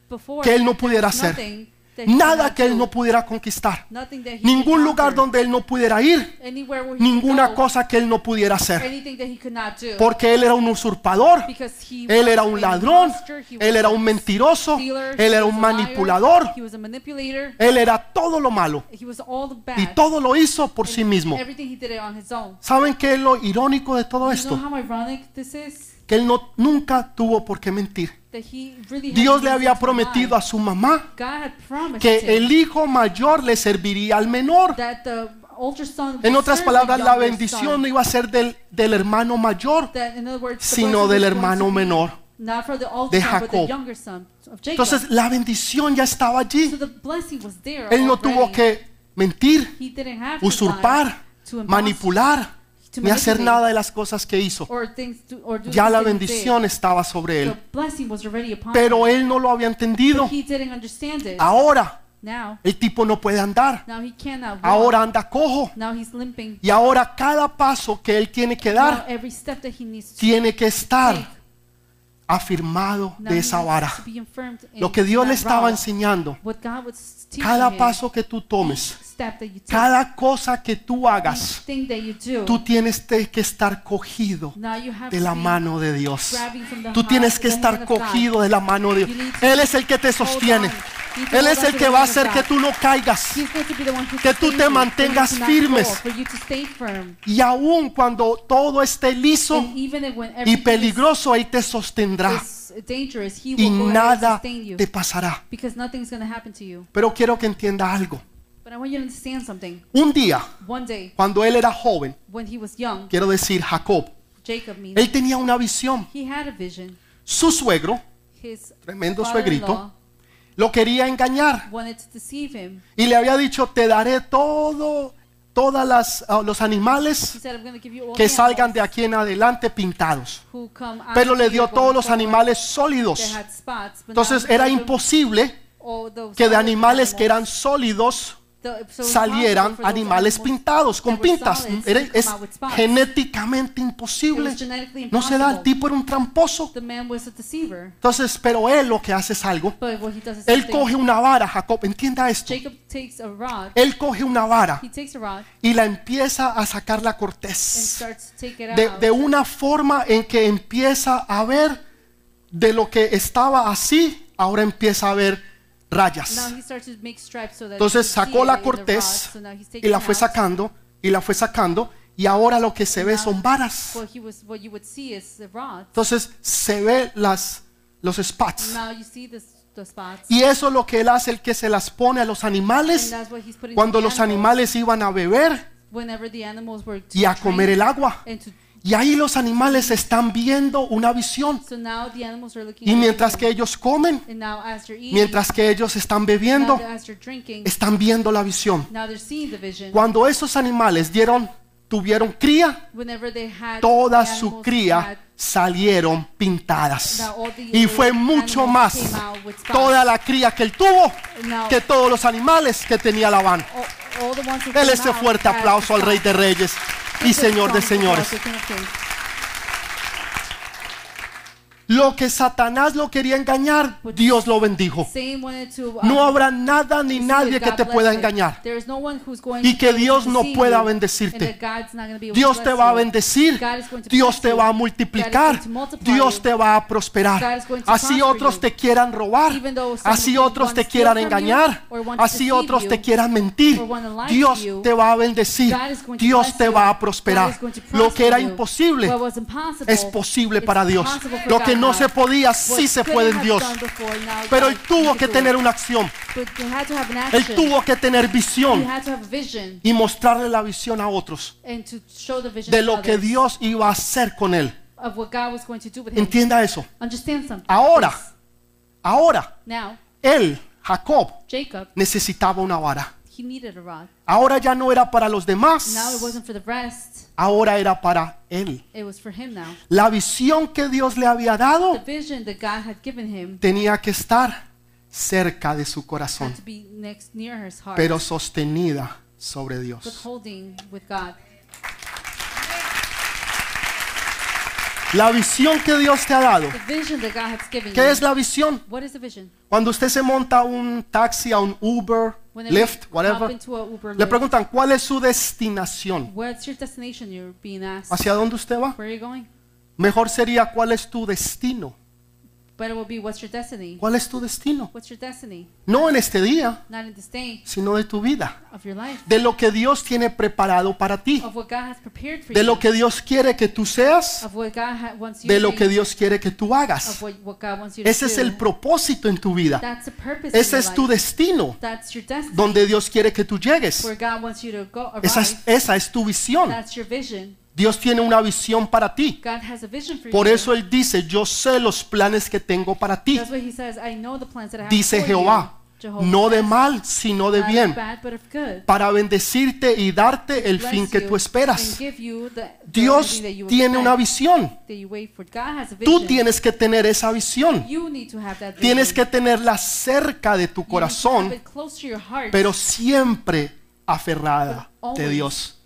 Before,
que él no pudiera
there was
hacer.
nothing that he could
nada
not
que él
do.
no pudiera conquistar.
Nothing that he
Ningún
could
lugar
conquer.
donde él no pudiera ir.
Anywhere where he could
Ninguna
go.
cosa que él no pudiera hacer.
Anything that he could not do.
Porque él era un usurpador.
Because he
Él era
was
un
a
ladrón.
monster, he was
Él era
a
un mentiroso.
stealer,
Él
he
era
was
un
a liar,
manipulador.
He was a manipulator.
Él era todo lo malo.
He was all the bad.
Y todo lo hizo por
and
sí mismo.
Everything he did it on his own.
¿Saben qué es lo irónico de todo
You know
esto?
how ironic this is?
Que él no, nunca tuvo por qué mentir.
That he really had
Dios
no
le había
reason to lie.
prometido a su mamá
God had promised him
que el hijo mayor le serviría al menor.
that the older son would
En otras
serve the
palabras, la
younger
bendición
son.
no iba a ser del, del hermano mayor,
That, in other words, the
sino
blessing
del
was going
hermano
to be
menor.
Not for the older
de
son, but the
Jacob.
younger son of Jacob.
Entonces la bendición ya estaba
so
allí.
the blessing was there
Él no tuvo
already.
que mentir,
He didn't have to lie,
usurpar,
to embellish,
manipular,
to
ni hacer
manipulate,
nada de las cosas que hizo.
or things to- or do
Ya la
things that he did.
bendición estaba sobre
The
él.
blessing was already upon
Pero
him.
él no lo había entendido.
He didn't understand it.
Ahora
Now,
el tipo no puede andar.
now he cannot walk.
Ahora anda cojo.
now he's limping.
Y ahora cada paso que él tiene que
Now
dar
every step that he needs to
tiene que
take,
estar afirmado
now
de
he
esa
has
vara.
to be infirmed in
Lo que Dios le
that
estaba
rod.
enseñando.
What God was teaching
Cada
him,
paso que tú tomes,
step that you take,
cada cosa que tú
each
hagas,
thing that you do,
tú tienes te- que estar cogido
now you have
de
to
la
be
mano de Dios.
grabbing from the
Tú
hand-
tienes que
the hand
estar
of God.
cogido de la mano de
You
Dios.
need to
Él es el que te
hold on.
sostiene.
You need to
Él
hold
es
on
el
to
que
the
va a
hand of
hacer que
God.
tú no caigas.
He's going to be the one who
Que tú te
sustains you, for you to
mantengas
not fall,
firmes.
for you to stay firm.
Y aún cuando todo esté liso
And even if when
y
everything is-
peligroso, Él te sostendrá
is dangerous, he
y
will go ahead and
nada
sustain you
te pasará.
because nothing's going to happen to you.
Pero quiero que entienda algo.
But I want you to understand something.
Un día,
One day,
cuando él era joven,
when he was young,
quiero decir Jacob,
Jacob means
él tenía una visión.
he had a vision.
Su suegro
His
Tremendo
father-in-law
lo quería engañar
wanted to deceive him.
y le había dicho, te daré todo, todas las, ah, los
He
animales
said, "I'm going to give you all
que
the animals
salgan de aquí en adelante pintados.
who come out
Pero le
here
dio
going
todos los
forward
animales
that
sólidos.
had spots, but
Entonces
not
era
all of them-
imposible
all those
que de
other
animales que
animals.
eran sólidos
The- so it was possible
salieran
for those
animales
animals
pintados, con
that were
pintas.
solids to
Era-
come
es
out with spots.
genéticamente
It
imposible.
was genetically
No se da, el
impossible.
tipo era un tramposo.
The man was a deceiver.
Entonces, pero él lo que hace es algo.
But what he does is
Él
something.
coge una vara, Jacob, entienda esto.
Jacob takes a rod.
Él coge una vara
He takes a rod
y la empieza a sacar la
and
cortez.
starts to take it out.
De, de una forma en que empieza a ver de lo que estaba así, ahora empieza a ver
Now
rayas.
he starts to make stripes so that
Entonces
you can see
sacó
it
la
in the rod.
cortez
So now he's
y
taking
la fue
out.
sacando y la fue sacando y ahora lo que se ve son varas.
What he was, what you would see is the rod.
Entonces se ve las los spots.
Now you see this, the spots.
Y eso es lo que él hace, el que se las pone a los
and
animales
that's what he's putting
cuando
to the
los
animals
animales iban a beber
Whenever the animals were to
y a
drink
comer el agua.
and to,
Y ahí los animales están viendo una visión.
so now the animals are looking
Y
at
mientras que
them.
ellos comen,
and now as they're eating,
mientras que ellos están
now
bebiendo,
that as they're drinking,
están viendo la visión.
now they're seeing the vision.
Cuando esos animales dieron, tuvieron cría,
Whenever they had
toda
the
su
animals had
cría salieron pintadas.
Now all the
Y fue mucho más
animals came out with spots.
toda la cría que él tuvo
Now-
que todos los animales que tenía Labán.
all- all the ones who
Dele
came
ese
out
fuerte
had
aplauso al Rey
spots.
de Reyes y
Give a
Señor de
strong
Señores.
applause to King of Kings.
Lo que Satanás lo quería engañar, Dios lo bendijo.
Satan wanted to, um,
No habrá nada ni
deceive
nadie
it.
que
God
te
bless
pueda
it.
engañar.
There is no one who's going
Y
to
que
be able to
Dios no
deceive
pueda
you,
bendecirte.
and that God's not gonna be able to
Dios te
bless
va a
you.
bendecir,
God is going to
Dios
bless
te
you.
va a
God
multiplicar,
is going to multiply
Dios
you.
te va a prosperar.
God is going to
Así
prosper
otros
you.
te quieran robar,
Even though some
así
people
otros
want
te
to
quieran
steal from you
engañar,
or want to
así
deceive
otros
you
te quieran mentir,
or want to lie to
Dios
you.
te va a bendecir,
God is going to
Dios
bless
te
you.
va a
God
prosperar.
is going to
Lo que
prosper
era
you.
imposible
What was impossible,
es posible
it's
para Dios.
possible for
Lo que
God
no
now.
se podía,
What
sí se
couldn't
puede en
have
Dios.
done before, now
Pero
God
él tuvo
can
que
do
tener
it.
una acción,
But you had to have an
él
action.
tuvo que tener
You
visión
had to have a vision
y mostrarle la visión a otros
and to show the vision
de
to
lo que
others
Dios iba a hacer con él.
of what God was going to do with him.
Entienda eso.
Understand something.
Ahora,
please.
ahora,
Now,
él, Jacob,
Jacob,
necesitaba una vara.
He needed a rod.
Ahora ya no era para los
Now it
demás,
wasn't for the rest.
ahora era para él.
It was for him now.
La visión que Dios le había
The
dado
vision that God had given him
tenía que estar cerca de su
had
corazón,
to be next near his heart,
pero sostenida sobre
but
Dios.
holding with God.
La visión que Dios te ha dado.
The vision that God has given
¿Qué
you.
es la visión?
What is the vision?
Cuando usted se monta a un taxi, a un Uber,
we
Lyft,
hop
whatever,
into a Uber,
le
Lyft,
preguntan cuál es su destinación,
what's your destination? You're being asked.
hacia dónde usted va.
Where are you going?
Mejor sería cuál es tu destino.
But it will be what's your destiny?
¿Cuál es tu destino?
What's your destiny?
No en este día,
Not in this day
sino de tu vida,
of your life,
de lo que Dios tiene preparado para ti,
of what God has prepared for
de
you,
lo que Dios quiere que tú seas,
of what God ha- wants you
de
to
lo
be,
que Dios quiere que tú
of
hagas.
what, what God wants you to
Ese es
do.
el propósito en tu vida.
That's the purpose.
Ese
of your
es tu
life.
destino,
That's your destiny.
donde Dios quiere que tú llegues.
where God wants you to go. Arrive.
Esa es, esa es tu visión.
That's your vision.
Dios tiene una visión para ti.
God has a vision for
Por
you.
eso Él dice, yo sé los planes que tengo para ti.
That's what He says. I know the plans that I have
Dice
for
Jehová,
you. Jehovah
no de
says,
mal, sino de
"Not of
bien,
bad, but of good.
para bendecirte y darte el
Bless
fin que
you
tú
and
esperas.
give you the- the
Dios
everything that you
tiene una
expect,
visión.
that you wait for. God has a
Tú
vision.
tienes que tener esa visión.
You need to have that vision.
Tienes que tenerla cerca de tu
You need to have
corazón,
it close to your heart,
pero siempre aferrada de Dios.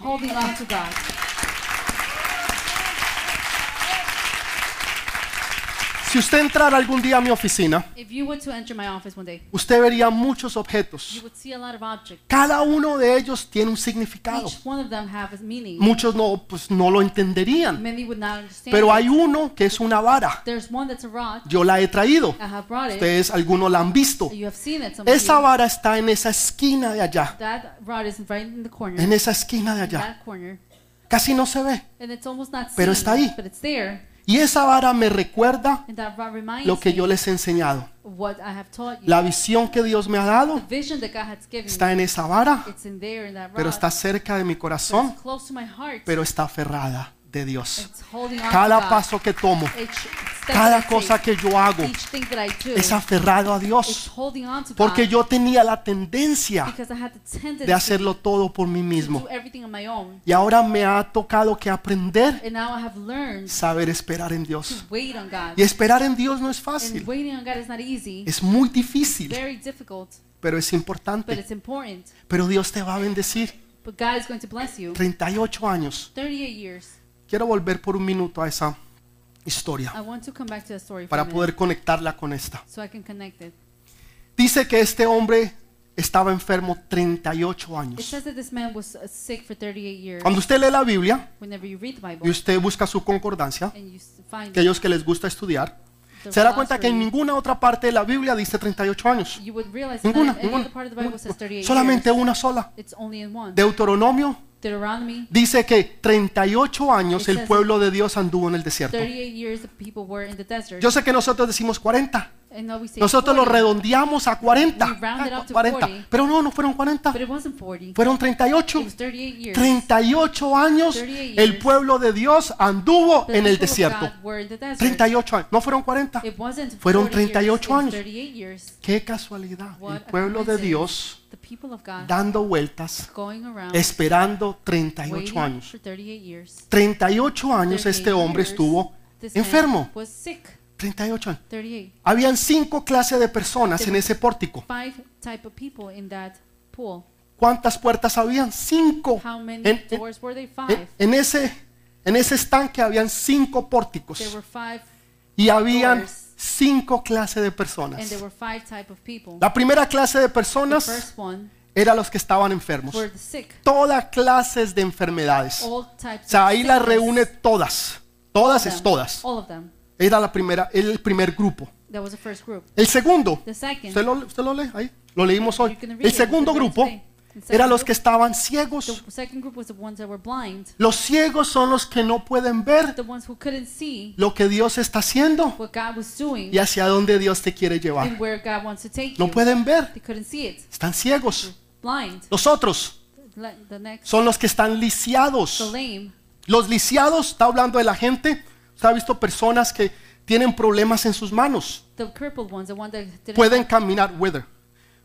holding on to God.
Si usted entrara algún día a mi oficina,
If you were to enter my office one day,
usted vería muchos
you
objetos.
would see a lot of objects.
Cada uno de ellos tiene un significado.
Each one of them have a meaning.
Muchos no, pues, no lo entenderían.
Many would not understand.
Pero
it.
hay uno que es una vara.
There's one that's a rod.
Yo la he traído.
I have brought it.
Ustedes, algunos la han visto.
You have seen it. Some of
Esa
you.
vara está en esa esquina de allá.
That rod is right in the corner.
En esa esquina de allá.
That corner.
Casi no se ve.
And it's almost not seen.
Pero está ahí.
But it's there.
Y esa vara me recuerda
And that rod reminds
lo que
me
yo les he enseñado.
of what I have taught you.
La visión que Dios me ha dado
The vision that God has given
está en esa vara,
me. It's in there in that rod.
pero está cerca de mi
But
corazón,
it's close to my heart.
pero está aferrada de Dios.
It's holding on to
Cada
God.
paso que tomo,
Each step I
cada
take,
cosa que yo hago
each thing that I do,
es aferrado a
it's
Dios,
holding on to
porque
God.
yo tenía la tendencia
because I had the tendency
de hacerlo todo por mí
to
mismo.
do everything on my own.
Y ahora me ha tocado que aprender,
And now I have learned
saber esperar en
to
Dios.
wait on God.
Y esperar en Dios no es
And
fácil,
waiting on God is not easy.
es muy difícil,
Very difficult,
pero es
but
importante.
it's important.
Pero Dios te va a bendecir.
But God is going to bless you.
38 años.
38 years.
Quiero volver por un minuto a esa historia
I want to come back to the story for a
para
minute,
poder conectarla con esta.
so I can connect it.
Dice que este hombre estaba enfermo 38
It
años.
says that this man was uh, sick for 38 years.
Cuando usted lee la Biblia
Whenever you read the Bible
y usted busca su concordancia,
and you s- find it,
aquellos que les gusta estudiar,
the
se da cuenta que en
glossary,
ninguna otra parte de la Biblia dice 38 años.
you would realize that
Ninguna,
not any
ninguna.
other part of the Bible says 38
Solamente
years.
una sola.
It's only in one.
Deuteronomio
Deuteronomy,
dice que 38 años el pueblo de Dios anduvo en el desierto.
38 years the people were in the desert.
Yo sé que nosotros decimos 40.
and now we say
Nosotros lo
40,
redondeamos a 40.
We rounded up to
40.
40.
Pero no, no fueron 40.
but it wasn't 40.
Fueron
It
38.
was 38 years.
38 años
38
el pueblo de Dios anduvo
The
en el
people of
desierto.
God were in the desert.
38 años. No fueron 40.
It wasn't
Fueron
40 years, it
38
was
años.
38 years.
Qué casualidad.
What
El
a
pueblo de
coincidence.
Dios
The people of God
dando vueltas,
going around
esperando
waiting
38 años.
for 38 years.
38 años
38
este hombre
years,
estuvo
this man
enfermo.
Was sick.
38 años.
38.
Habían cinco clases de personas en ese pórtico.
Five type of people in that pool.
¿Cuántas puertas habían? Cinco.
How many
Oh, En- en-
doors were they?
En,
Five.
en ese, en ese estanque habían cinco
There
pórticos
were five,
y habían
doors.
cinco clases de
and there
personas.
were five type of people.
La primera clase de
The
personas
first one
era los que estaban enfermos.
were the sick.
Todas clases de enfermedades. O
All types.
sea,
of
ahí las
sickness.
reúne todas. Todas
Them.
es todas.
All of them.
Era la primera, el primer grupo.
That was the first group.
El segundo,
The second.
usted lo, usted lo lee ahí, lo leímos hoy.
You can read
El
it,
segundo
you can read
grupo
it today. The
era
second
los
group.
que estaban ciegos.
The second group was the ones that were blind.
Los ciegos son los que no pueden ver
The ones who couldn't see
lo que Dios está haciendo.
what God was doing
y hacia dónde Dios te quiere
and
llevar.
where God wants to take
No
you.
pueden ver,
They couldn't see it.
están ciegos.
Blind.
Los otros
Le- The next.
son los que están
The
lisiados.
lame.
Los lisiados, está hablando de la gente, usted ha visto personas que tienen problemas en sus manos,
The crippled ones. The one that didn't
pueden caminar, whether,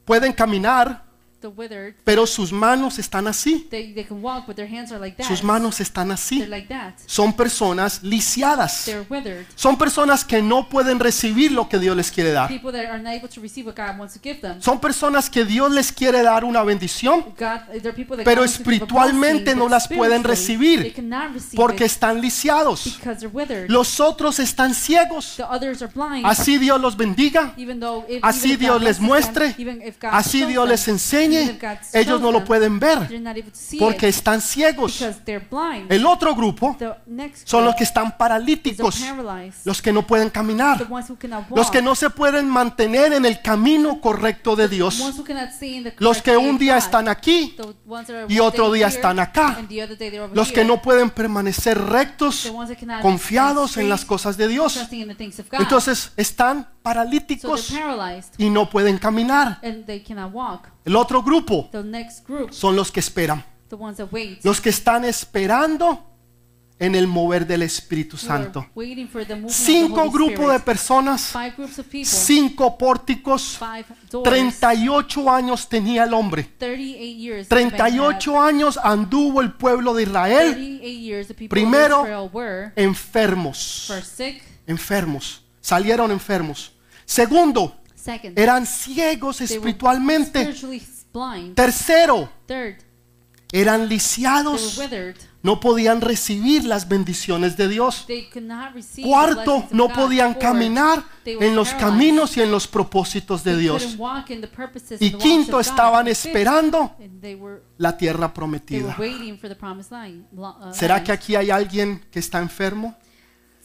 pueden caminar,
the withered,
pero sus manos están así.
they, they can walk, but their hands are like that.
Sus manos están
They're
así.
like that.
Son personas lisiadas.
They're withered.
Son personas que no pueden recibir lo que Dios les quiere dar.
People that are not able to receive what God wants to give them.
Son personas que Dios les quiere dar una bendición,
God, there are people that
Pero
God wants to give a
espiritualmente
blessing,
no
but
las pueden
spiritually,
recibir,
They cannot receive
porque
it
están lisiados.
because they're withered.
Los otros están ciegos.
the others are blind.
Así Dios los bendiga.
even though if,
Así
even if God
Dios les
blesses them,
muestre.
even if God
Así
shows
Dios
them,
les
even
enseñe.
if God
Ellos
shows
no lo
them,
pueden ver
they're not able to see it
porque están ciegos.
because they're blind.
El otro grupo
The next
son los
group
que están
is the
paralíticos,
paralyzed,
los que no pueden
the
caminar,
ones who cannot walk,
los que no se pueden mantener en el camino correcto de
the
Dios,
ones who cannot see in the
los
correct
que
way
un
of
día
God,
están aquí,
the ones that are
y
one
otro
day
día
here,
están acá,
and the other day they're over
los que
here,
no pueden permanecer rectos,
the ones that cannot
confiados en
stand
las
straight,
cosas de Dios.
trusting in the things of God.
Entonces están
so
paralíticos
they're paralyzed
y no pueden caminar.
and they cannot walk.
El otro grupo
The next group,
son los que esperan,
the ones that wait,
los que están esperando en el mover del Espíritu
who are
Santo.
waiting for the movement
Cinco
of the Holy
grupos de
Spirit.
personas,
Five groups of people,
cinco pórticos,
five doors.
38 años tenía el hombre.
38 years the man had.
38 años anduvo el pueblo de Israel
38 years the people
Primero,
of Israel were
enfermos.
first sick,
Enfermos. Salieron enfermos. Segundo,
second
eran ciegos espiritualmente.
spiritually blind,
Tercero,
third
eran
they
lisiados.
were withered,
No podían recibir las bendiciones de Dios.
they could not receive the
Cuarto,
blessings of
no
God.
podían
Fourth,
caminar
they were
en los
paralyzed.
caminos y en los propósitos de
They
Dios.
couldn't walk in the purposes
Y
and the walks
quinto,
of God.
estaban
And fifth,
esperando
and they were
la tierra
they were
prometida.
waiting for the promised line. lo- uh,
¿Será
land.
que aquí hay alguien que está enfermo?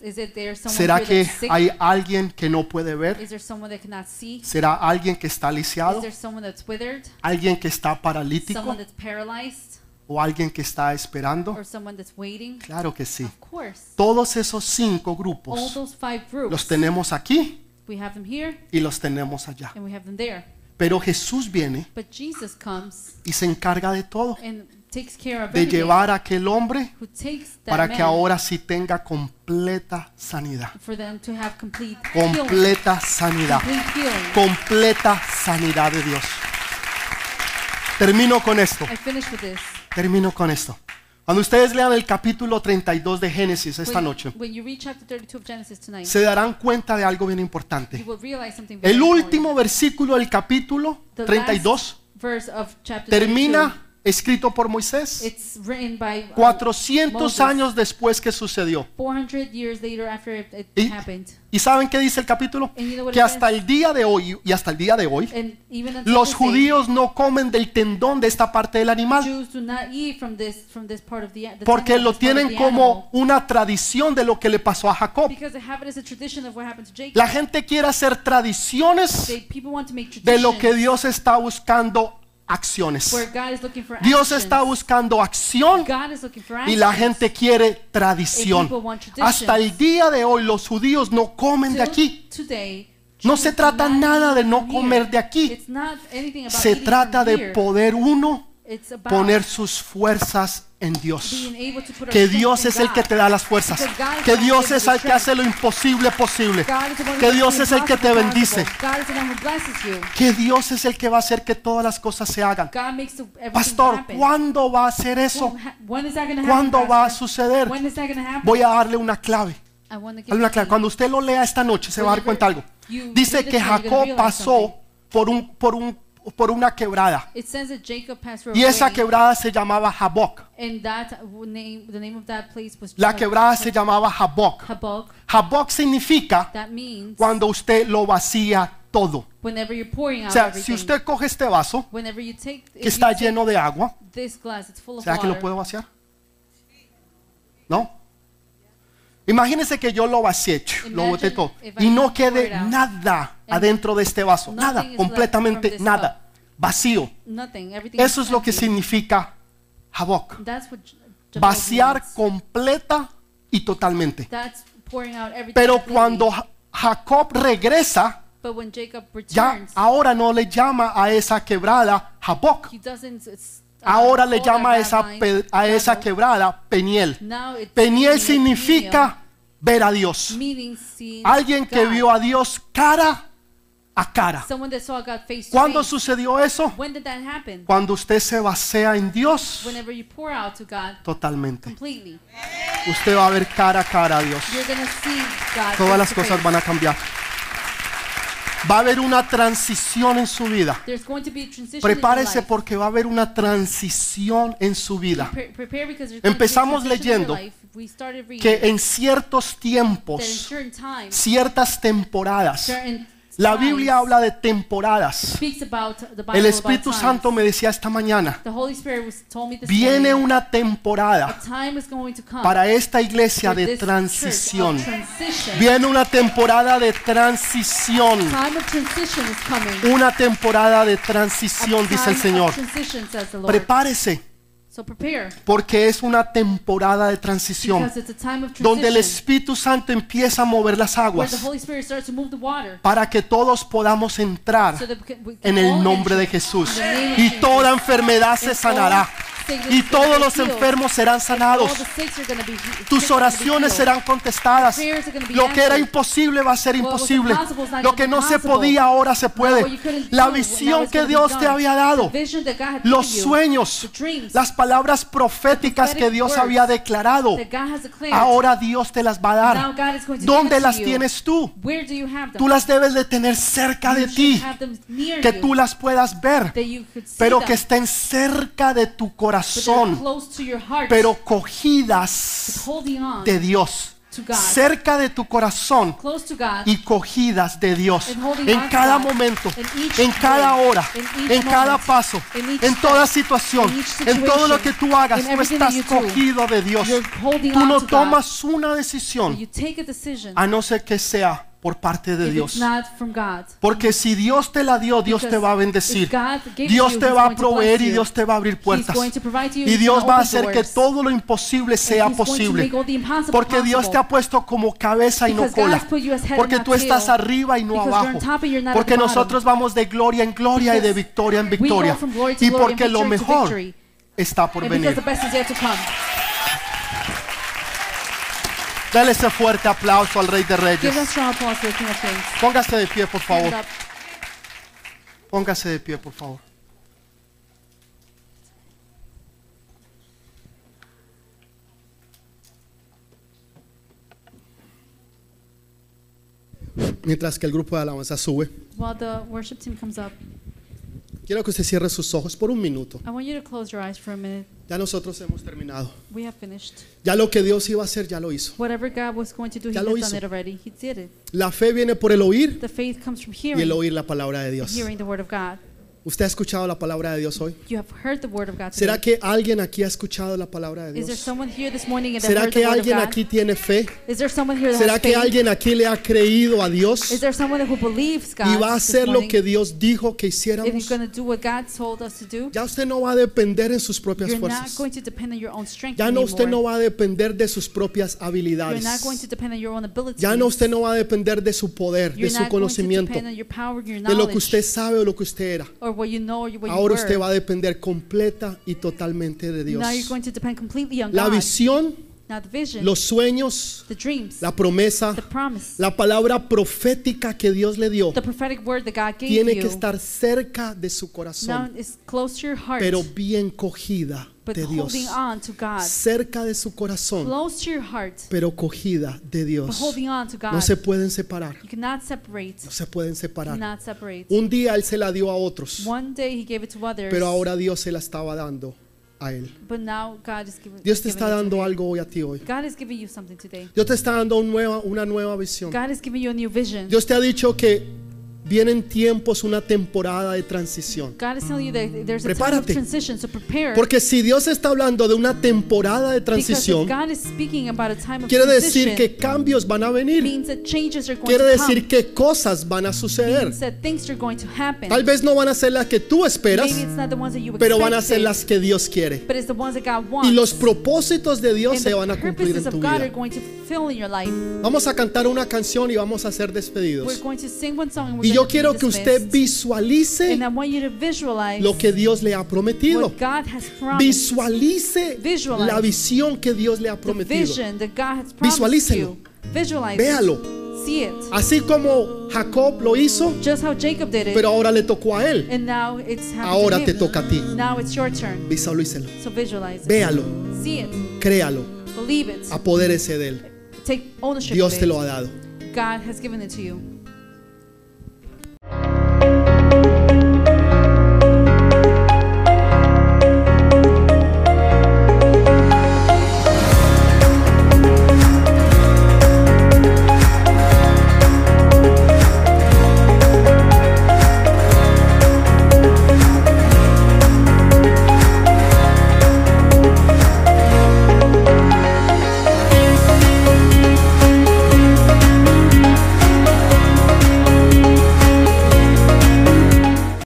Is it there someone
¿Será
here
que
that's sick?
hay alguien que no puede ver?
Is there someone that cannot see?
¿Será alguien que está
Is
lisiado?
there someone that's withered?
¿Alguien que está paralítico?
Someone that's paralyzed?
¿O alguien que está esperando?
Or someone that's waiting?
Claro que sí.
Of course.
Todos esos cinco
All
grupos
those five
los
groups.
tenemos aquí
We have them here
y los tenemos allá.
and we have them there.
Pero Jesús viene
But Jesus comes
y se encarga de todo,
and takes care of
de
everything.
llevar a aquel hombre
Who takes that
para que
man
ahora sí tenga completa sanidad.
for them to have complete healing.
Completa sanidad.
Complete healing.
Completa sanidad de Dios. Termino con esto.
I finish with this.
Termino con esto. Cuando ustedes lean el capítulo 32 de Génesis esta
When-
noche,
When you read chapter 32 of Genesis tonight,
se darán cuenta de algo bien
you
importante.
will realize something very
El
important.
último versículo del capítulo
The
32
last verse of chapter 32,
termina escrito por Moisés
It's written by uh,
400
Moses,
años después que sucedió.
400 years later after it, it
Y-
happened.
¿Y saben qué dice el capítulo?
And you know what
Que
it
hasta el día de hoy y hasta el día de hoy
And even until
los
this day,
judíos no comen del tendón de esta parte del animal
Jews do not eat from this from this part of the the
porque
temple,
lo
this part of
tienen
the
como
animal,
una tradición de lo que le pasó a Jacob.
because they have it as a tradition of what happened to Jacob.
La gente quiere hacer tradiciones
They- people want to make
de lo que
traditions
Dios está buscando acciones.
where God is looking for
Dios
actions.
está buscando acción
God is looking for
y la
actions.
gente quiere tradición. Hasta el día de hoy los judíos no comen de
Till
aquí.
today,
No
Jews
se
do
trata
not
nada
eat
de no
from
comer de
here.
aquí.
It's not anything about
Se
eating
trata de
from here.
poder uno
It's about
poner sus fuerzas en Dios.
being able to put our
Que
strength
Dios
in
es el que
God.
te da las fuerzas. Que Dios es el que hace lo imposible posible.
God is the one who
Que
makes
Dios
the
es el que te
impossible
bendice.
possible. God is the one who blesses you.
Que Dios es el que va a hacer que todas las cosas se hagan.
God makes the- everything
Pastor,
happen.
¿cuándo va a hacer eso?
When- ha- when is that gonna happen,
¿Cuándo va a
Pastor?
suceder?
When is that gonna happen?
Voy a darle una clave.
I wanna give
Darle una
you-
clave. Cuando usted lo lea esta noche se va a dar cuenta algo. Dice que Jacob pasó por un por un por una quebrada
It says that Jacob passed through
y
a
esa
way,
quebrada se llamaba Jaboc.
and that w- name, the name of that place was
La
Jab-
quebrada se llamaba Jaboc.
Jabbok.
Jaboc significa
That means
cuando usted lo vacía todo.
whenever you're pouring out
O sea, si
everything,
usted coge este vaso
whenever you take, if
que está
you take
lleno de agua,
this glass, it's full of
¿será que
water.
lo puedo vaciar? ¿No? Imagínese que yo lo vacié, chu, lo boté todo y no quede nada adentro de este vaso, nada, completamente nada, vacío.
Nothing. Everything
Eso es lo que
empty.
significa Jaboc.
That's what J- Jabbok
Vaciar
means.
completa y totalmente.
That's pouring out everything
Pero
completely.
cuando Ja- Jacob regresa,
But when Jacob
ya
returns,
ahora no le llama a esa quebrada Jaboc,
he doesn't, it's, uh,
ahora le
call
llama a
that
esa,
line
pe- a esa
Jabbok.
quebrada Peniel.
Now it's
Peniel
meaning-
significa ver a Dios.
meaning seeing
Alguien que
God.
vio a Dios cara a cara.
Someone that saw God face to
¿Cuándo
face.
sucedió eso?
When did that happen?
Cuando usted se basea en Dios
Whenever you pour out to God
totalmente.
completely,
Usted va a ver cara a cara a Dios.
you're gonna see God.
Todas las
face to
cosas
face.
van a cambiar. Va a haber una transición en su vida.
There's going to be a transition.
Prepárese
in your life.
porque va a haber una transición en su vida.
Pre- prepare because there's
Empezamos
going to be a transition in your
leyendo
life. We started reading
Que en ciertos
that in
tiempos,
certain times,
ciertas temporadas,
certain
la Biblia
times
habla de temporadas.
speaks about the Bible
El
about
Espíritu
times.
Santo me decía esta mañana,
The Holy Spirit was told me this
viene
morning,
una temporada
time is going to come
para esta iglesia
for
de
this Este church este of
transición.
transition.
Viene una temporada de transición.
Time of transition is coming.
Una temporada de
A
transición, dice el
time
Señor.
of transition, says the Lord.
Prepárese,
So prepare,
porque es una temporada de transición
because it's a time of
donde el
transition
Espíritu Santo empieza a mover las
where the
aguas
Holy Spirit starts to move the water
para que todos podamos entrar
so that we can- we can
en el
all
nombre de
enter
Jesús.
in the name of
Y
Jesus.
toda enfermedad se
And
sanará.
all sickness
Y
is gonna
todos
be
los
healed.
enfermos serán
All
sanados.
the sick are gonna be- sick
Tus
are gonna be
oraciones
healed.
serán contestadas.
Prayers are gonna be
Lo que era
answered.
imposible va a ser
What was
imposible.
impossible is not
Lo
gonna
que
be
no se
possible.
podía ahora se
Now
puede.
you couldn't
La
do, now
visión
it's
que
gonna be
Dios te
done.
había dado.
The vision that God had
Los
given you,
sueños,
the dreams
las palabras proféticas que Dios había declarado,
that God has declared,
ahora Dios te las va a dar.
now God is going to give
¿Dónde
it
las
to you.
tienes tú?
Where do you have them?
Tú las debes de tener cerca de
You should
ti,
have them near
que
you,
tú las puedas ver,
that you could see
pero
them,
que estén cerca de tu
but they're
corazón,
close to your heart,
pero cogidas
holding on
de Dios.
to God.
Cerca de tu corazón
close to God,
y cogidas de Dios
And holding
en
on to
cada
God.
momento,
In each
en cada
day,
hora,
in each
en cada
moment,
paso,
in each
en toda
step, in
situación,
each
en todo lo que
situation,
tú hagas,
in
tú
everything that
estás
you do.
cogido de Dios.
You're holding
Tú
on
no
to God.
tomas una
but
decisión
you take a decision
a no ser que sea por parte de
if
Dios.
it's not from God.
Porque si Dios te la dio, Dios te
Because
va a bendecir.
if God gave
Dios
you,
te
he's
va a
going to bless
proveer y
you.
Dios te va a abrir puertas.
going to provide you,
Y
he's
Dios
gonna
va a
open
hacer que
doors.
todo lo imposible sea
he's going to
posible.
make all the impossible
Porque Dios te ha
possible.
puesto como cabeza y no
Because God
cola.
has put you as head and
Porque
not
tú estás
tail.
arriba y no
Because you're
abajo.
on top and you're not at
Porque
the bottom.
nosotros vamos de gloria en gloria y de
Because
victoria en
we go
victoria.
from glory to
Y
glory and
porque lo
victory to
mejor
victory.
está por
And because the
venir.
best is yet to come.
Dale ese fuerte aplauso al Rey de
Give us
Reyes.
strong applause to the King of Kings.
Póngase de pie, por favor.
Stand up.
Póngase de pie, por favor. Mientras que el grupo de alabanza sube,
While the worship team comes up,
quiero que usted cierre sus ojos por un minuto.
I want you to close your eyes for a minute.
Ya nosotros hemos terminado.
We have finished.
Ya lo que Dios iba a hacer, ya lo hizo.
Whatever God was going to do, He
Ya
has
lo
done
hizo.
it already. He did it.
La fe viene por el oír
The faith comes from
y el
hearing,
oír la palabra de Dios.
hearing the word of God.
¿Usted ha escuchado la palabra de Dios hoy?
You have heard the word of God.
¿Será
Today.
que alguien aquí ha escuchado la palabra de
Is there
Dios?
someone here this morning that
¿Será
heard the
que
word of
alguien
God?
aquí tiene fe?
Is there someone here that
¿Será
has
que
faith?
alguien aquí le ha creído a
Is
Dios
there someone who believes God?
y va a
this
hacer lo
morning?
que Dios dijo que
If you're
hiciéramos?
going to do what God told us to do,
Ya usted no va a depender en sus propias
you're not
fuerzas.
going to depend on your own strength
Ya no usted no
anymore.
va a depender de sus propias
You're
habilidades.
not going to depend on your own ability.
Ya no usted no va a depender de su poder, de
You're
su
not going to
conocimiento,
depend on your power,
de
your
lo que
knowledge,
usted sabe o lo que usted era.
or what you know or what you
Ahora usted
were.
va a depender completa y totalmente de Dios.
Now you're going to depend completely on
La
God.
visión,
Now the vision,
los sueños,
the dreams,
la promesa,
the promise,
la palabra profética que Dios le dio
the prophetic word that God gave
tiene
you.
que estar cerca de su
now
corazón.
it's close to your heart,
pero bien cogida
but
de Dios.
holding on to God.
Cerca de su corazón,
Close to your heart,
pero cogida de
but
Dios.
holding on to God.
No se pueden separar,
you cannot separate.
no se pueden separar.
Cannot separate.
Un día Él se la dio a otros,
One day he gave it to others,
pero ahora Dios se la estaba dando a Él.
but now God is giving,
Dios te
giving
está
it to
dando
you.
algo hoy a ti hoy.
God is giving you something today.
Dios te está dando un nueva- una nueva visión.
God is giving you a new vision.
Dios te ha dicho que vienen tiempos, una temporada de transición.
God is telling you that there's a time of
Prepárate.
transition, so prepare.
Porque si Dios está hablando de una temporada de
because if
transición,
God is speaking about a time of
quiere
transition,
decir que cambios van a venir.
means that changes are going
quiere
to come.
decir que cosas van a suceder.
means that things are going to happen.
Tal vez no van a ser las que tú esperas,
Maybe it's not the ones that you
pero van a ser
expected,
las que Dios quiere.
but it's the ones that God wants.
Y los propósitos de Dios
and
se
the
van a cumplir
purposes
en
of
tu
God are
vida.
going to fill in your life.
Vamos a cantar una canción y vamos a ser
We're
despedidos.
going to sing one song and
Y
we're
yo
going to
quiero
be
que usted
dismissed.
visualice
And I want you to visualize
lo que Dios le ha prometido.
what God has promised.
Visualice
Visualize
la visión que Dios le ha
the
prometido.
vision that God has promised
Visualícelo.
you. Visualize it.
Véalo.
See it.
Así como Jacob lo hizo,
Just how Jacob did it.
pero ahora le tocó a él.
and now it's happening.
Ahora te toca a ti.
Now it's your turn.
Visualícelo.
So visualize it.
Véalo,
See it.
créalo,
Believe it.
apodérese de él.
Take ownership
Ah. Dios
of
te
it.
lo ha dado.
God has given it to you.